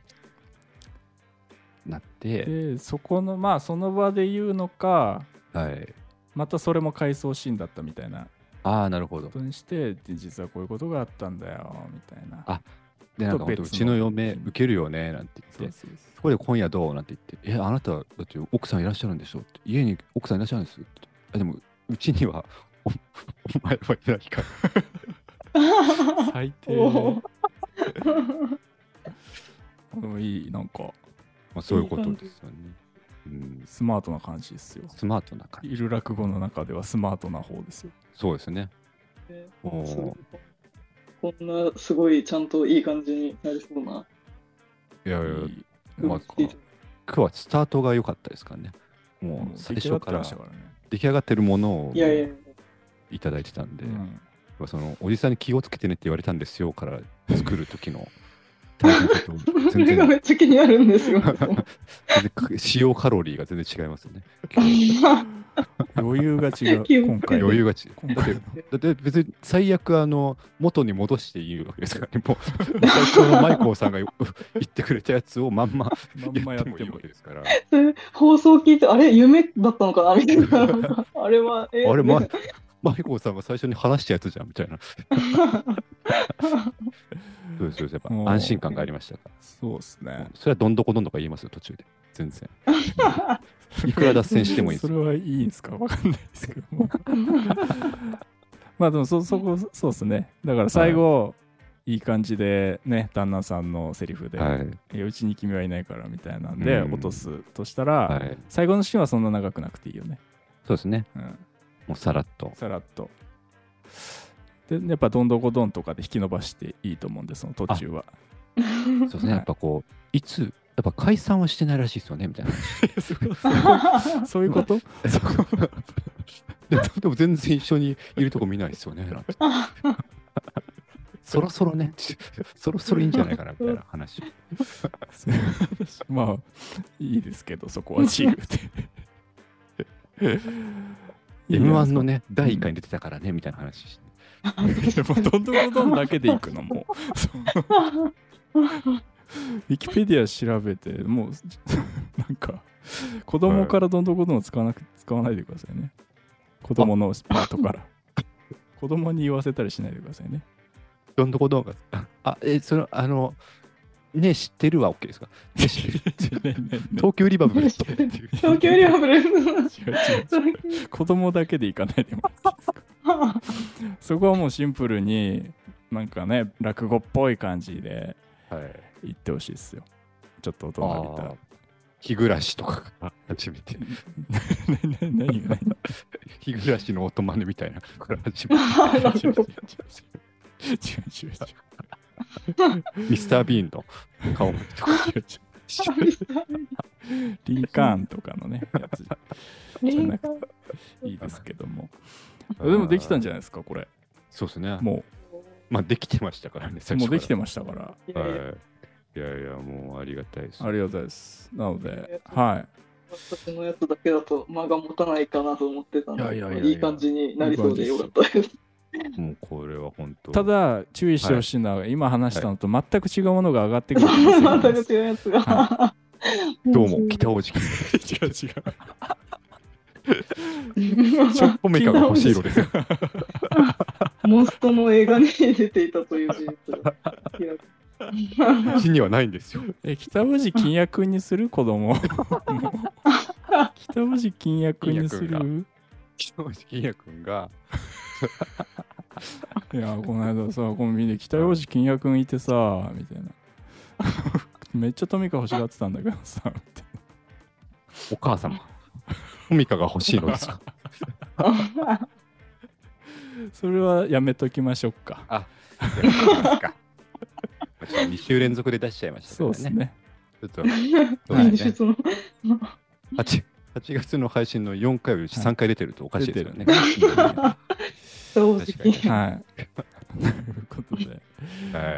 な。なって、でそこのまあその場で言うのかはい。またそれも回想シーンだったみたいなああ、なるほこど。とにしてで実はこういうことがあったんだよみたいなあで、なんか本当、うちの嫁、受けるよね、なんてそ言うって。そうそそこで今夜どうなんて言って、え、あなた、だって奥さんいらっしゃるんでしょって家に奥さんいらっしゃるんですってあでも、うちには、おお前はいないから。う最低おーうんいい、なんか、まあ、そういうことですよね。うん、スマートな感じですよ。スマートな感じ。いる落語の中ではスマートな方ですよ。そうですね。ねおーそうこんなすごいちゃんといい感じになりそうないやいや、いいまあ聞いて今日はスタートが良かったですからね。もう最出来上が初かってらましたからね。出来上がってるものをいやいやいただいてたんで、うんまあそのおじさんに気をつけてねって言われたんですよから作る時の大変さとそ全れがめ然っちゃ気になるんですよ。全然か使用カロリーが全然違いますよ ね。余裕が違気う、を今回。余裕がち。今回のだって別に最悪あの元に戻していいわけですからね。もう最初のマイコーさん がよ言ってくれたやつをまんままんまややっってもいていわもいけい。ですから。それ放送聞いて、あれ夢だったのかなみたいな。あれは、えあれ、まね マイコーさんが最初に話したやつじゃんみた いな。そうですそうですやっぱうん安心感がありましたから。そうですね。それはどんどこどんどこ言いますよ、途中で。全然。いくら脱線してもいいでそすれ。はいいんですかわかんないですけども。 まあでもそ、そこ、そうですね。だから最後、い、い感じでね、旦那さんのセリフで、はい。いやうちに君はいないからみたいなんで、うん落とすとしたら、はい。最後のシーンはそんな長くなくていいよね。そうですね。うん、もうさらっ と。さらっと。で、やっぱどんどこどんとかで引き伸ばしていいと思うんで、その途中は。そうですね。やっぱこう、いつ、やっぱ解散はしてないらしいですよね、みたいな。 そういうことで でも全然一緒にいるとこ見ないですよね。な んてそろそろね、そろそろいいんじゃないかなみたいな話。まあ、いいですけど、そこは自由 で。いいんじゃない M1 のね、第1回に出てたからね、みたいな話して。ですか。でもどんどこどんだけでいくのもうそのウィキペディア調べてもう なんか子供からどんどこどんを使わなく使わないでくださいね子供のスパートから 子供に言わせたりしないでくださいねどんどこどんが。あ、え、その、あの、ねえ、知ってるは OK ですか。ねえ知ってる東京リバブルっていう。東京リバブル。違う違う違う子供だけで行かないでもらっていいですかそこはもうシンプルになんかね落語っぽい感じではい。言ってほしいですよちょっと大あ人び たー日暮らしとかが初めて。 何何何が何日暮らしの音真似みたいな。これ初めて。 違う違う違う違う違う違う違うミスター・ビーンの顔 文字とか。違う違うリンカーンとかのね、やつじゃなくていいですけども。でもできたんじゃないですか、これ。そうですね。もまあ、できてましたからね、う、最も初うからできてましたから。はい。いやいや、もうありがたいです。ありがたいです。なので、は私のやつだけだと間が持たないかなと思ってたので、いやいやいやいやいい感じになりそうでよかったです。もうこれは本当。い。ただ、注意してほしいのは、今話したのと全く違うものが上がってく る可 能性があまりたま違す。うやつが。どうも、北大路き。違う違う。ちょっぽめかが欲しい色です。 モンストの映画に出ていたという事実が明らかうちにはないんですよ。え、北文字金也君にする子供。 もう北文字金也君にす金也る北大路金也君が、いや、この間さ、コンビニで北洋寺金也君いてさ、みたいな。 めっちゃトミカ欲しがってたんだけどさ、みたいお母 様、トミカが欲しいの ですか。なそれはやめときましょうか。 2週連続で出しちゃいましたかそうらでね。すね。ちょっと、なはい演出の 8, 8月の配信の4回より3回出てるとおかしいですよね。は正確かに直。 はい。ということで、い。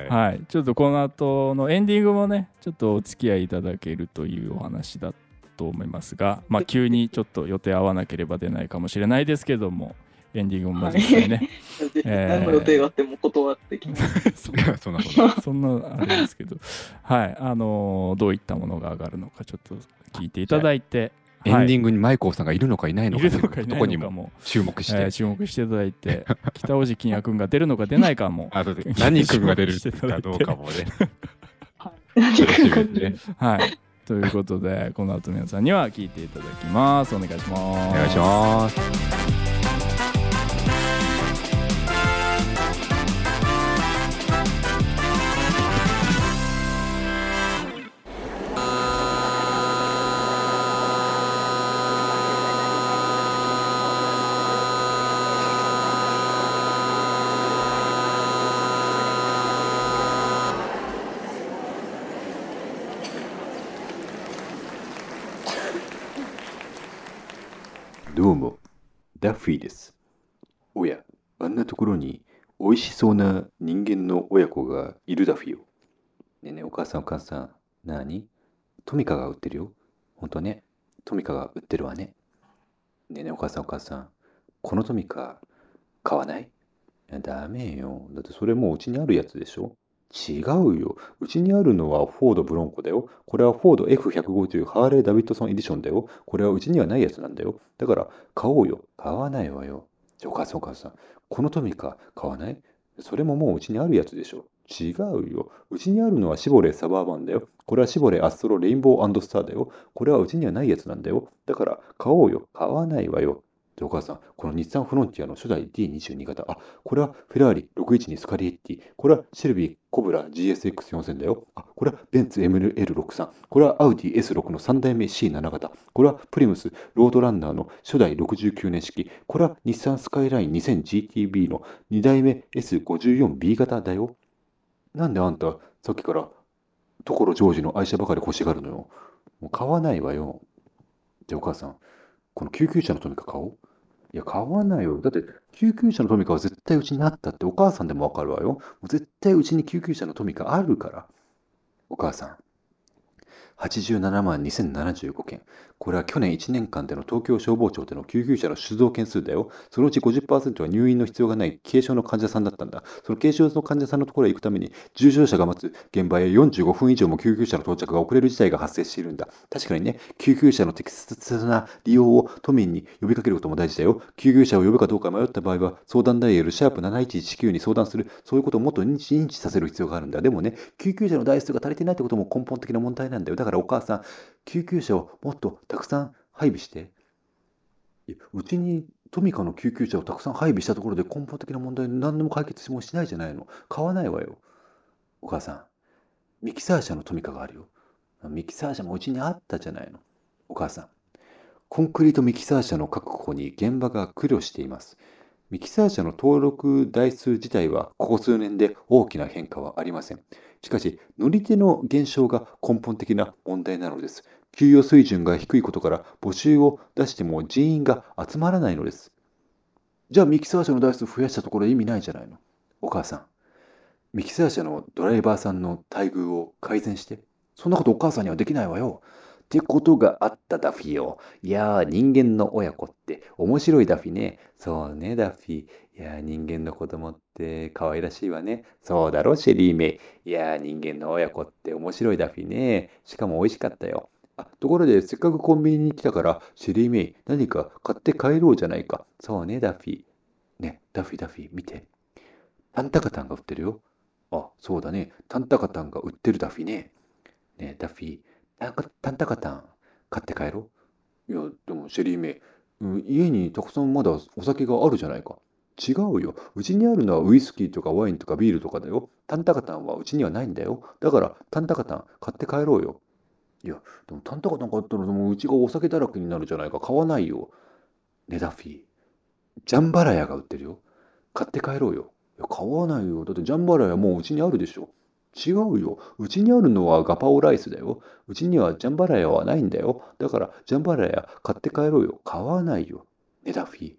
はい。ちょっとこの後のエンディングもね、ちょっとお付き合いいただけるというお話だと思いますが、まあ、急にちょっと予定合わなければ出ないかもしれないですけども、エンディングも交えてね、ぜひ何の予定があっても断ってきます。そんなことない そんなあれですけど、はい、あのーどういったものが上がるのか、ちょっと聞いていただいて、エンディンングにマイコーさんがいるのかいないのいかるといのかいうとなこいにのかもも、注目しえーて。注目していただいて、北尾路金也君が出るのか出ないかも、あとで何君が出るかどうかもね。楽しみですねはい、ということで、この後皆さんには聞いていただきます。お願いします。お願いします。ダッフィーです。おや、あんなところに美味しそうな人間の親子がいるダッフィーよ。ねえねえ、お母さんお母さん、なあにトミカが売ってるよ。ほんとね、トミカが売ってるわね。ねえねえ、お母さんお母さん、このトミカ、買わないいや、ダメよ。だってそれもううちにあるやつでしょ違うよ。うちにあるのはフォードブロンコだよ。これはフォード F150 ハーレー・ダビッドソンエディションだよ。これはうちにはないやつなんだよ。だから買おうよ。買わないわよ。じゃあお母さんお母さん、このトミカ買わないそれももううちにあるやつでしょ。違うよ。うちにあるのはシボレー・サバーバンだよ。これはシボレー・アストロ・レインボースターだよ。これはうちにはないやつなんだよ。だから買おうよ。買わないわよ。でお母さん、この日産フロンティアの初代 D22 型。あ、これはフェラーリ612スカリエッティ。これはシェルビーコブラ GSX4000 だよ。あ、これはベンツ ML63。これはアウディ S6 の3代目 C7 型。これはプリムスロードランナーの初代69年式。これは日産スカイライン 2000GTB の2代目 S54B 型だよ。なんであんた、さっきから、所ジョージの愛車ばかり欲しがるのよ。もう買わないわよ。じゃあお母さん、この救急車のトミカ買おう。いや、買わないよ。だって、救急車のトミカは絶対うちにあったってお母さんでもわかるわよ。もう絶対うちに救急車のトミカあるから。お母さん。87万2075件。これは去年1年間での東京消防庁での救急車の出動件数だよ。そのうち50%は入院の必要がない軽症の患者さんだったんだ。その軽症の患者さんのところへ行くために、重症者が待つ現場へ45分以上も救急車の到着が遅れる事態が発生しているんだ。確かにね、救急車の適切な利用を都民に呼びかけることも大事だよ。救急車を呼ぶかどうか迷った場合は、相談ダイヤルシャープ7119に相談する。そういうことをもっと認知認知させる必要があるんだ。でもね、救急車の台数が足りてないってことも根本的な問題なんだよ。だからお母さん、救急車をもっとたくさん配備して。いやうちにトミカの救急車をたくさん配備したところで根本的な問題何でも解決もしないじゃないの。買わないわよ。お母さん、ミキサー車のトミカがあるよ。ミキサー車もうちにあったじゃないの。お母さん、コンクリートミキサー車の確保に現場が苦慮しています。ミキサー車の登録台数自体はここ数年で大きな変化はありません。しかし、乗り手の減少が根本的な問題なのです。給与水準が低いことから募集を出しても人員が集まらないのです。じゃあミキサー車の台数増やしたところ意味ないじゃないの。お母さん、ミキサー車のドライバーさんの待遇を改善して。そんなことお母さんにはできないわよ。ってことがあったダフィーよ。いやー、人間の親子って面白いダフィーね。そうね、ダフィー。いやー、人間の子供って可愛らしいわね。そうだろ、シェリーメイ。いやー、人間の親子って面白いダフィーね。しかも美味しかったよ。あ、ところで、せっかくコンビニに来たから、シェリーメイ、何か買って帰ろうじゃないか。そうね、ダフィー。ね、ダフィーダフィー、見て。タンタカタンが売ってるよ。あ、そうだね。タンタカタンが売ってるダフィーね。ねえ、ダッフィー、タンカタンタカタン買って帰ろう。いや、でもシェリーメイ、うん、家にたくさんまだお酒があるじゃないか。違うよ。うちにあるのはウイスキーとかワインとかビールとかだよ。タンタカタンはうちにはないんだよ。だからタンタカタン買って帰ろうよ。いや、でもタンタカタン買ったらもううちがお酒だらけになるじゃないか。買わないよ。ねえ、ダッフィー、ジャンバラヤが売ってるよ。買って帰ろうよ。いや、買わないよ。だってジャンバラヤもううちにあるでしょ。違うよ。うちにあるのはガパオライスだよ。うちにはジャンバラヤはないんだよ。だからジャンバラヤ買って帰ろうよ。買わないよ。ねダフィー。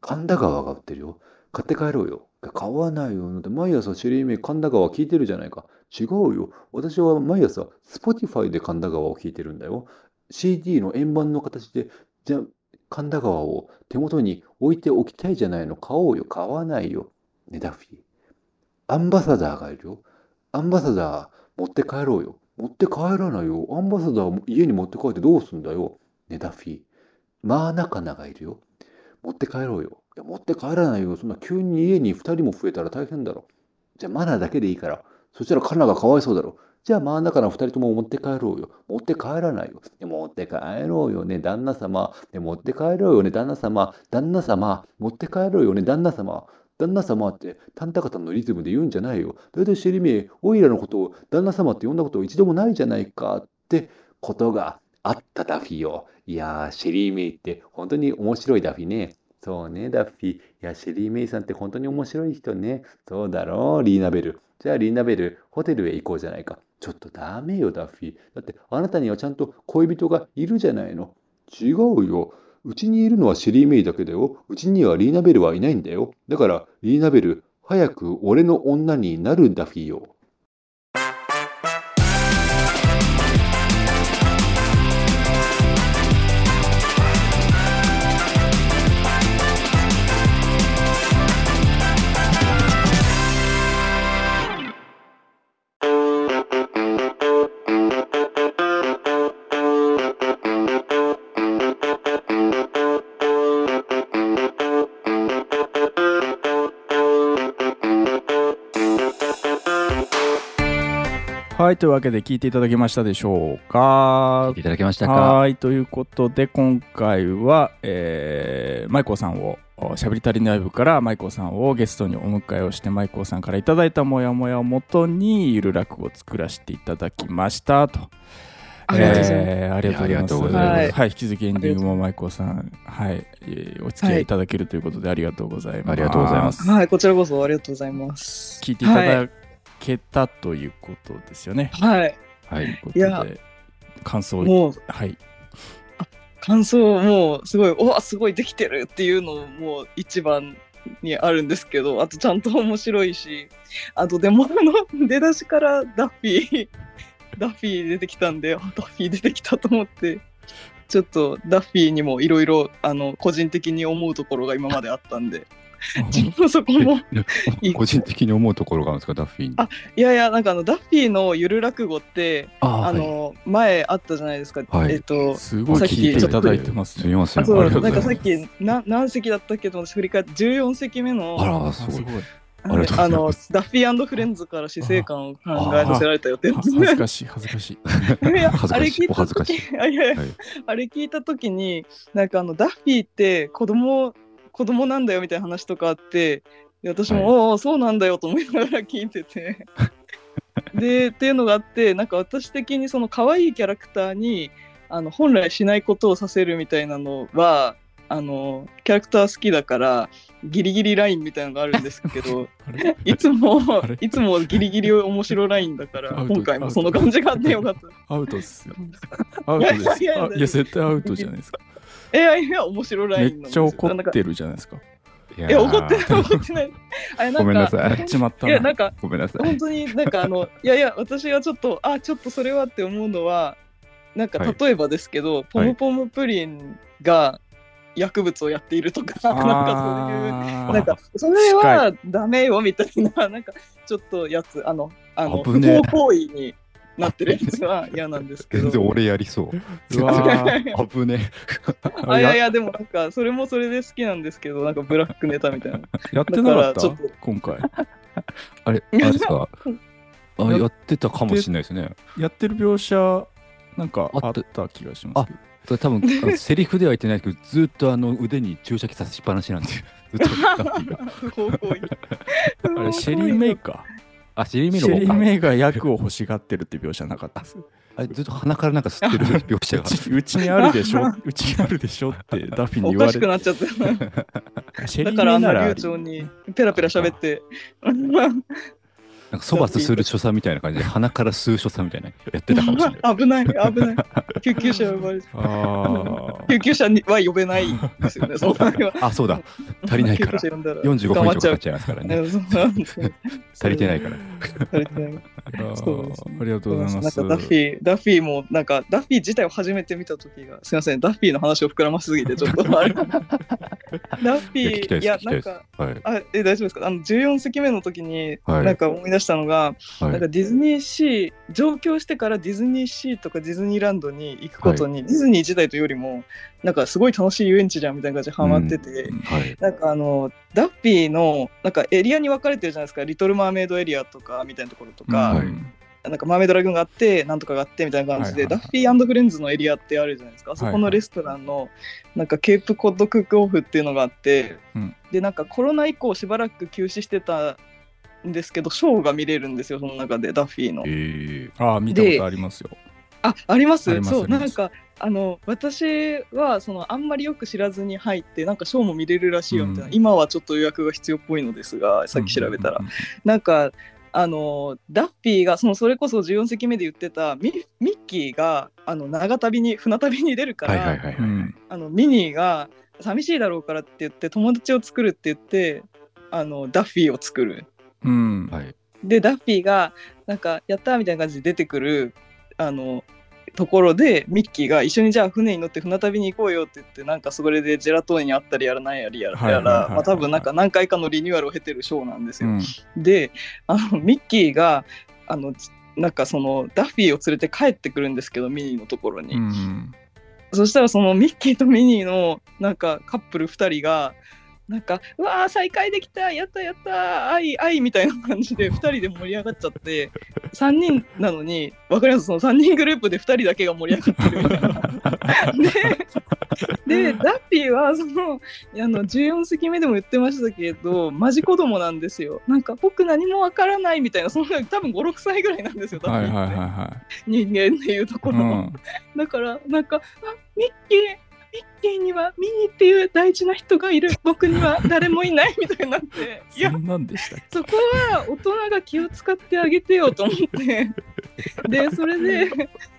神田川が売ってるよ。買って帰ろうよ。買わないよ。だって毎朝シェリーメイ神田川聞いてるじゃないか。違うよ。私は毎朝 Spotify で神田川を聞いてるんだよ。CD の円盤の形でじゃ神田川を手元に置いておきたいじゃないの。買おうよ。買わないよ。ねダフィー。アンバサダーがいるよ。アンバサダー持って帰ろうよ。持って帰らないよ。アンバサダー家に持って帰ってどうすんだよ。ね、ダッフィー。マーナカナがいるよ。持って帰ろうよ。いや、持って帰らないよ。そんな急に家に2人も増えたら大変だろ。じゃあマナだけでいいから。そしたらカナがかわいそうだろ。じゃあマーナカナ2人とも持って帰ろうよ。持って帰らないよ。いや持って帰ろうよね、旦那様。ね、持って帰ろうよね、旦那様。旦那様。持って帰ろうよね、旦那様。旦那様って、タンタカタンのリズムで言うんじゃないよ。だいたいシェリメイ、オイラのことを旦那様って呼んだこと一度もないじゃないかってことがあったダフィーよ。いやー、シェリーメイって本当に面白いダフィーね。そうね、ダッフィー。いや、シェリーメイさんって本当に面白い人ね。そうだろう、リーナベル。じゃあ、リーナベル、ホテルへ行こうじゃないか。ちょっとダメよ、ダッフィー。だって、あなたにはちゃんと恋人がいるじゃないの。違うよ。うちにいるのはシェリー・メイだけだよ。うちにはリーナ・ベルはいないんだよ。だから、リーナ・ベル、早く俺の女になるダフィーよ。はい、というわけで聞いていただけましたでしょうかい。ただけましたかはい、ということで今回は、えー、マイコーさんをおしゃべり足りない部からマイコーさんをゲストにお迎えをしてマイコーさんからいただいたモヤモヤをもとにゆる落語を作らせていただきましたと。ありがとうございますえーありがとうございます。いやありがとうございますはいはい、引き続きエンディングもマイコーさん、はい、えーお付き合いいただけるということでありがとうございます。ありがとうございますはい、こちらこそありがとうございます。聞いていたはい。だけたということですよね。はい、はい。ということはで、感想をもう はい。感想もうすごい、おわ、すごいできてるっていうのもう一番にあるんですけど、あとちゃんと面白いし、あとでもあの出だしからダッフィー、 ダッフィー出てきたんで、あダッフィー出てきたと思って。ちょっとダッフィーにもいろいろあの個人的に思うところが今まであったんで自分のそこもい い個人的に思うところがあるんですか、ダッフィーに。あいやいやなんかあのダッフィーのゆる落語ってああはいの、前あったじゃないですか、はいえっとすごいさっき聞いていただいてますすね。みません。ああそりがとううなごんざかいさまっす。きな何席だったっけと思って振り返って14席目のあら、あすごい。い。あありがとうございのますダッフィーフレンズから死生観を考えさせられたよってやはつ恥ずかしい、恥ずかしい。いや恥ずかしい。お恥ずかしい。あれ聞いた時いやいやはいあれ聞いた時になんかあのダッフィーって子供子供なんだよみたいな話とかあってで私も、はいおうおうそうなんだよと思いながら聞いててでっていうのがあってなんか私的にその可愛いキャラクターにあの本来しないことをさせるみたいなのはあのキャラクター好きだからギリギリラインみたいなのがあるんですけ どあれいつもあれいつもギリギリ面白ラインだかアらウト今回もその感じがあってよかった。アウトっすよ。アウトです。あいいやいやいや、や絶対アウトじゃないですか。いやいや、面白いラめインっちゃ怒ってるじゃないですか。いいや、怒ってない、 怒ってない。あれなんかごめんなさいやっちまったいや、なな。んか、ごめんなさ本い。当になんか、あの、いやいや、私がちょっと、あ、ちょっとそれはって思うのは、なんか、はい例えばですけど、ポムポムプリンが薬物をやっているとか、なんかそういう。あーなんか、それはダメよみたいな、なんか、ちょっとやつ、あの、あの、危不ねえ法行為になってるやつは嫌なんです け全ど。然俺やりそう。うわー 危ねあいやいややでもなんかそれもそれで好きなんですけどなんかブラックネタみたいなやってなかっただからちょっと今回。え。あれ、あれですか。あ、ややってたかもしれないですね。やってる描写、なんかああっったた気がしますけど。それ多分、あの セリフでは言ってないですけど、ずっとあの腕に注射器刺しっぱなしなんで。 ずっとダッフィーが。不法行為あれ、シェリー・メイか。あ、シェリーシメェリロー・か。メイが役を欲しがってるって描写なかったです。あれ、ずっと鼻からなんか吸ってる描写うが。ち うちにあるで しょ、うちにあるでしょってダフィーにお言わかれしくて。なっちゃったシェリーだからメイあんならなあ流り暢にペラペラ喋ってなんか、そばすする所作みたいな感じで、鼻から吸う所作みたいな、やってたかもしれない。危ない危ない救急車呼ばれるああ。救急車には呼べないです よね その場合はあ、そうだ。足りないから救急車呼んだら45分以捕ま上っかちゃかっうちゃいますからね。ねそうなんですよ足りてないから。足りてないいやーそうですねありがとうございまなんす。かダッフィー、ダッフィーも、なんかダッフィー自体を初めて見たときが、すみません、ダッフィーの話を膨らますぎて、ちょっと あれ。ダッフいやィ聞きたー、いでいす、聞や、きたないでんすか、。はい。あえ大丈夫ですかあの14席目の時に、はいなんか思い出したのが、はなんかい。ディズニーシー、上京してからディズニーシーとかディズニーランドに行くことに、ディズニー時代というよりも、なんかすごい楽しい遊園地じゃんみたいな感じでハマってて、はい。なんかあのダッフィーのなんかエリアに分かれてるじゃないですか、リトル・マーメイドエリアとかみたいなところとか、はいうんなんかマーメイドラグーンがあって、なんとかがあってみたいな感じはで、いはいはいダッフィーフレンズのエリアってあるじゃないですか、あそこのレストランの、なんかケープコッドクックオフっていうのがあって、うんで、なんかコロナ以降しばらく休止してたんですけど、ショーが見れるんですよ、その中で、ダッフィーのえ。ーああ、見たことありますよ。あ、ありますありますそう、ありますなんか、あの、私は、その、あんまりよく知らずに入って、なんかショーも見れるらしいよみたいな、うん今はちょっと予約が必要っぽいのですが、さっき調べたら。なんかあのダッフィーがそのそれこそ14隻目で言ってたミミッキーがあの長旅に船旅に出るから、はいはいはい。うんあのミニーが寂しいだろうからって言って友達を作るって言ってあのダッフィーを作るうんはい。でダッフィーがなんかやったーみたいな感じで出てくるあのところでミッキーが一緒にじゃあ船に乗って船旅に行こうよって言ってなんかそれでジェラトーニにあったりやらないやりやらはいはいやはいはいらまあ多分なんか何回かのリニューアルを経てるショーなんですうよ。んであのミッキーがあのつなんかそのダッフィーを連れて帰ってくるんですけどミニーのところに、うんそしたらそのミッキーとミニーのなんかカップル2人がなんか「うわー再会できたやったやった愛愛」みたいな感じで2人で盛り上がっちゃって3人なのにわかりますその3人グループで2人だけが盛り上がってるみたいな。ででダッフィーはそのあの14席目でも言ってましたけどマジ子供なんですよなんか僕何もわからないみたいなその多分56歳ぐらいなんですよダッはいフはィいーって、はいは人間っていうとこい。ろの。だからなんかあミッキーミッキーにはミニーっていう大事な人がいる僕には誰もいないみたいになっていやそんなんでしたっけそこは大人が気を使ってあげてよと思ってでそれで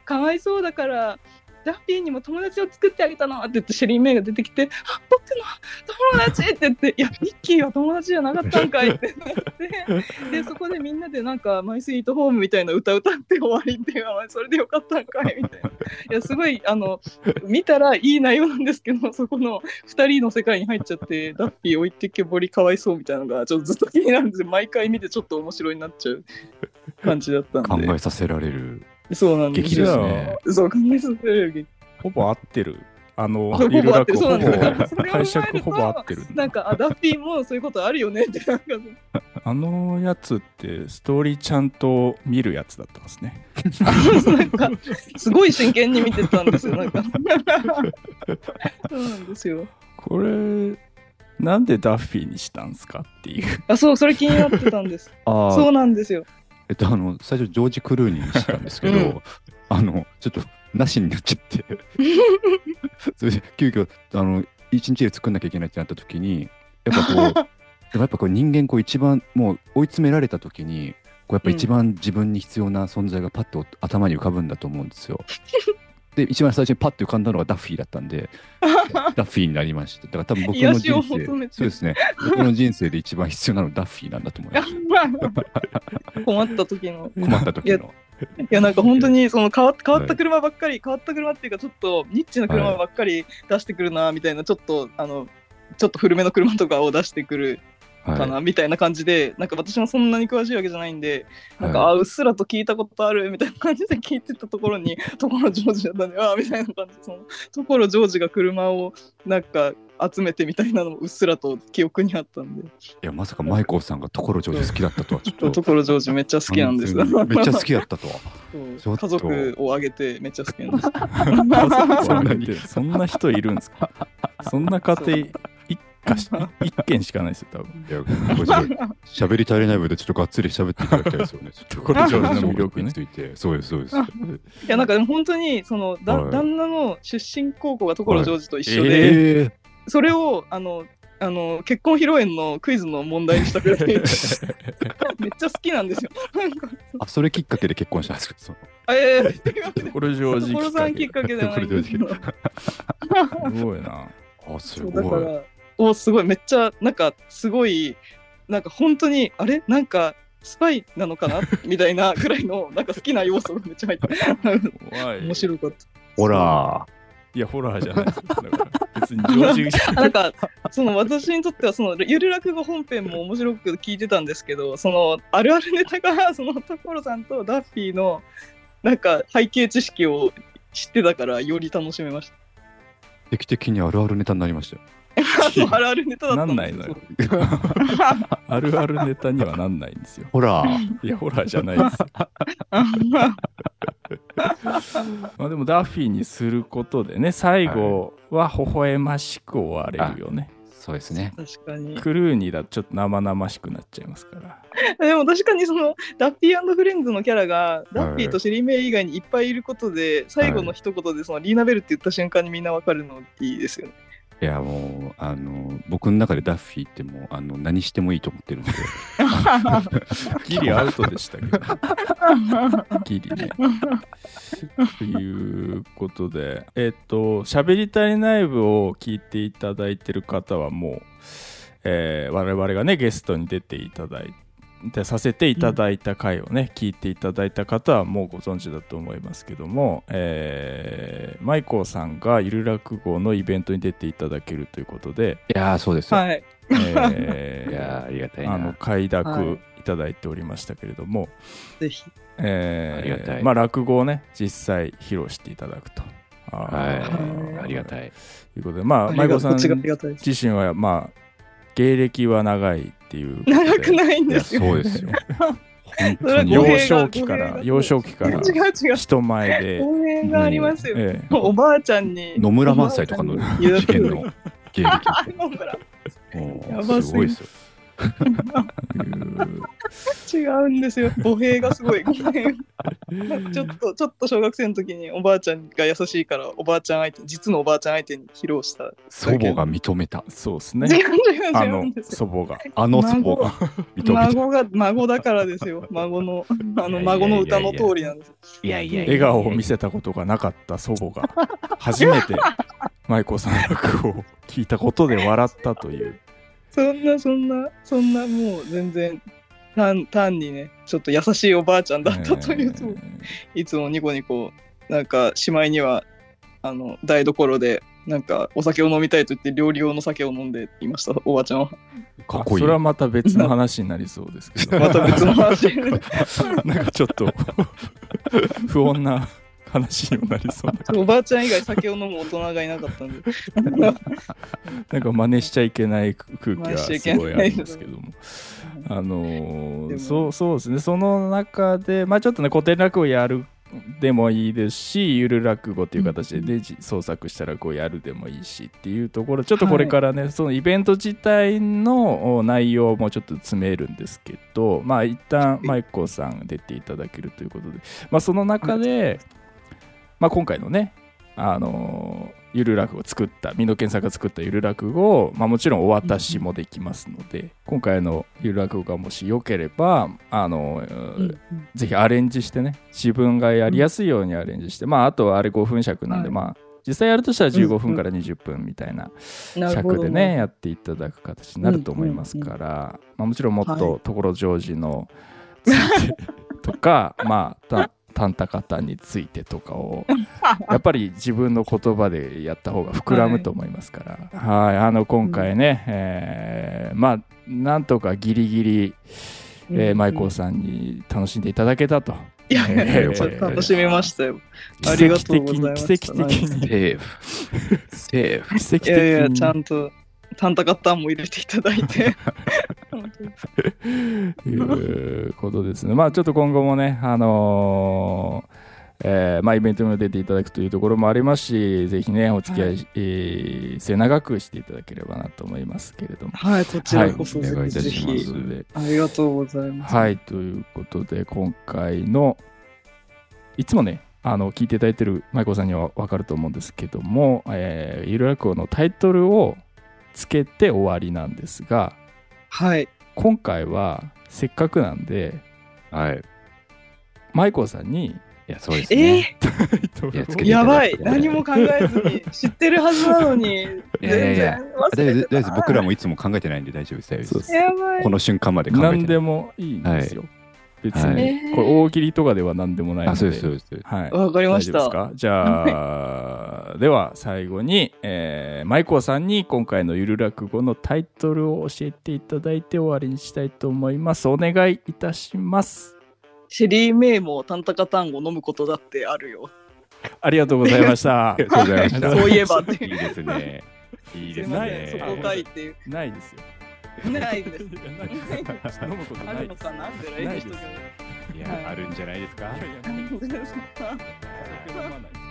かわいそうだからダッフィーにも友達を作ってあげたのって言ってシェリー・メイが出てきて「あ僕の友達!」って言って「いやミッキーは友達じゃなかったんかい」ってなってでそこでみんなでなんか「マイスイートホーム」みたいな歌歌って終わりっていうあそれでよかったんかいみたいないやすごいあの見たらいい内容なんですけどそこの2人の世界に入っちゃってダッフィー置いてけぼりかわいそうみたいなのがちょっとずっと気になるんですよ毎回見てちょっと面白いになっちゃう感じだった考んでえさせられるそうなんです劇じゃであすよね。そう考えさせられる劇ほぼ合ってる。あのあ、ゆるらくほぼほ合ってるそうなんでぼすよ解釈ほぼ合ってるんだ。なんかあダッフィーもそういうことあるよねってなんか あのやつってストーリーちゃんと見るやつだったんですね。なんかすごい真剣に見てたんですよなんかそうなんですよこれ、なんでダッフィーにしたんですかって いう。あそうそれ気になってたんですああそうなんですよえっと、あの、最初、ジョージ・クルーニーにしたんですけど、うんあの、ちょっと、なしになっちゃ って、それで、急遽、あの、一日で作んなきゃいけないってなった時に、やっぱこう、 でもやっぱこう人間こう一番もう追い詰められた時にこうやっぱ一番自分に必要な存在がパッと頭に浮かぶんだと思うんですよ。で一番最初にパッと浮かんだのがダッフィーだったん でダッフィーになりました。だから多分僕の癒しを人求め生てそうですね僕の人生で一番必要なのはダッフィーなんだと思い ます。困った時の困った時の。いやなんか本当にその変わっ変わった車ばっかり、変わった車っていうかちょっとニッチな車ばっかり出してくるなみたいな、ちょっとあのちょっと古めの車とかを出してくるはいかな、みたいな感じでなんか私もそんなに詳しいわけじゃないんで、なんかはあうっすらと聞いたことあるみたいな感じで聞いてたとこ ろにところジョージだったねあみたいな感じでそのところジョージが車をなんか集めてみたいなのもうっすらと記憶にあったんでいやまさかマイコーさんが所ジョージ好きだったとはちょっとと。ころジョージめっちゃ好きなんですめよっちゃ好きだったとは。ちょそうっと家族を挙げてめっちゃ好きなんです そんなにそんな人いるんですかそんな家庭、一家し、一件しかないですよ、多分。いやこれちょっと喋り足りない分でちょっとがっつり喋っていただきたいですよ ね。ところジョージの魅力ねについて。そうですそうです。いやなんかでも本当にそのだ、はい旦那の出身高校が所ジョージと一緒で、ええそれをあのあの結婚披露宴のクイズの問題にしたくてめっちゃ好きなんですよ。なんかあそれきっかけで結婚したんですか。そうえー、というわけでところジョージ所さんききっっかかけじゃないんですけどけすごいな。あすそうごだかい。らおすごいめっちゃなんかすごいなんか本当にあれなんかスパイなのかなみたいなぐらいのなんか好きな要素がめっちゃ入って 怖い。面白かった。ほらいや、ホラーじゃないですよ。だから別にジョージあなんかその私にとってはそのゆる落語本編も面白く聞いてたんですけどそのあるあるネタがその所さんとダッフィーのなんか背景知識を知ってたからより楽しめました。劇的にあるあるネタになりましたよ。あのあるあるネタだったんでなすんないのよあるあるネタにはなんないんですよ。ほ らいや、ホラーじゃないですよ。まあでも、ダッフィーにすることでね、最後は微笑ましく終われるよね。そうですね。確かに。クルーニーだとちょっと生々しくなっちゃいますから。でも確かにそのダッフィーフレンズのキャラがダッフィはーいとシェリー・メイ以外にいっ ぱいいることで最後の一言でそのリーナ・ベルって言った瞬間にみんなわかるのいいですよね。えいやもうあの僕の中でダッフィーってもうあの何してもいいと思ってるんでギリアウトでしたけど、ギリね。ということで、えっ、と、喋り足りない部を聞いていただいてる方はもう、えー我々がね、ゲストに出ていただいて、させていただいた回をね、聞いていただいた方はもうご存知だと思いますけども、えーマイコーさんがゆる落語のイベントに出ていただけるということで、いやーそうですよ、はい。え い、ーやーありがたいなあの快はい諾いただいておりましたけれども、ぜひ。えーありがたいまあ、落語をね実際披露していただくと。あーはいありがたいということでまああり舞が子さんこっちがあり自がたいです。身はまあ芸歴は長いっていうことで長くないんいやですよ。そうですよ本それ当はに語幼弊が少期から語弊が幼少期から違う違う。人前で、応援がありますよ。ええおばあちゃんに。野村萬斎とかのおばあちゃんに事件の。芸歴あ野村 やばすぎもうるすごいですよいう違うんですよ。語弊がすごい。ごめん。ちょっと、ちょっと小学生の時におばあちゃんが優しいから、おばあちゃん相手、実のおばあちゃん相手に披露した。祖母が認めたそうです違ねう違うあ違うのんですよ。祖母があの祖母が認めた孫が、孫だからですよ。孫の、あの、孫の歌の通りなんです。いやいや笑顔を見せたことがなかった祖母が初め て舞子さんの落語を聞いたことで笑ったというそんな、そんな、そんな、もう全然。単単にね、ちょっと優しいおばあちゃんだったというと、いつもニコニコ、なんか、しまいには、あの、台所で、なんか、お酒を飲みたいと言って、料理用の酒を飲んでいました、おばあちゃんは。かっこいいそれはまた別の話になりそうですけどまた別の 話。 なんかちょっと不穏な話にもなりそう なおばあちゃん以外酒を飲む大人がいなかった んで。なんか真似しちゃいけない空気真は似しちゃいすけないごいあるんですけど もあのーでもそうそうですねその中でまあちょっとね古典落語やるでもいいですしゆる落語っていう形で、うんでじ創作したらこうやるでもいいしっていうところちょっとこれからね、そのイベント自体のお内容もちょっと詰めるんですけどまあ一旦いマイコさん出ていただけるということで、まあ、その中で、まあ、今回のねあのーゆる落語を作った美濃健さんが作ったゆる落語を、まあ、もちろんお渡しもできますので、今回のゆる落語がもしよければあのーぜひアレンジしてね自分がやりやすいようにアレンジして、まああとはあれ5分尺なんで、はいまあ実際やるとしたら15うんう分んから20分みたいななるほ尺どでね、やっていただく形になると思いますから、まあ、もちろんもっはとところジョージのついてとか、 まあたタンタカタンについてとか をやっぱり自分の言葉でやった方が膨らむと思いますから、はい、あの今回ね、えーまあなんとかギリギリ、えーマイコーさんに楽しんでいただけたと。いやいやいえや、ーちょっと楽しみましたよ。奇ありが跡とう的ございまにし奇た跡的にセーフセーフ奇跡い的にやいや、ちゃんと、タンタカッタンも入れていただいて。ということですね。まあちょっと今後もね、あのーえーまあ、イベントにも出ていただくというところもありますし、ぜひね、お付き合い、はいえー末永くしていただければなと思いますけれども。はい、こちらこそ、はいお願いいたぜしますひ。のでありがとうございます。はい、ということで、今回の、いつもね、あの聞いていただいてる舞子さんには分かると思うんですけども、えー、ゆる落語のタイトルをつけて終わりなんですが、はい。今回はせっかくなんで、はい舞子さんにいやそうですえねいやつけー、てやばい。いや何も考えず に、知ってるはずなのに、いやいや全いや然忘大丈夫れですて大た丈夫僕らもいつも考えてないんで大丈夫です大丈夫ですそうやばいこ。の瞬間まで考えてない何でもいいんですよ。別はに、いこれ大喜利とかでは何でもないので。あそうですそうですはい。わかりま大し丈夫ですた。かじゃあ、では最後に、えー、舞子さんに今回のゆる落語のタイトルを教えていただいて終わりにしたいと思います。お願いいたします。シェリーメイもタンタカタンを飲むことだってあるよ。ありがとうございました あり。がとうございました そういえばっていいですねいいですまねすいませんそこかいっていう。ないです よ。ないです。いやないです飲むことあないるのです。かなぐらいの人が。いやあるんじゃないですか いやいやないです。ないです酒飲まないです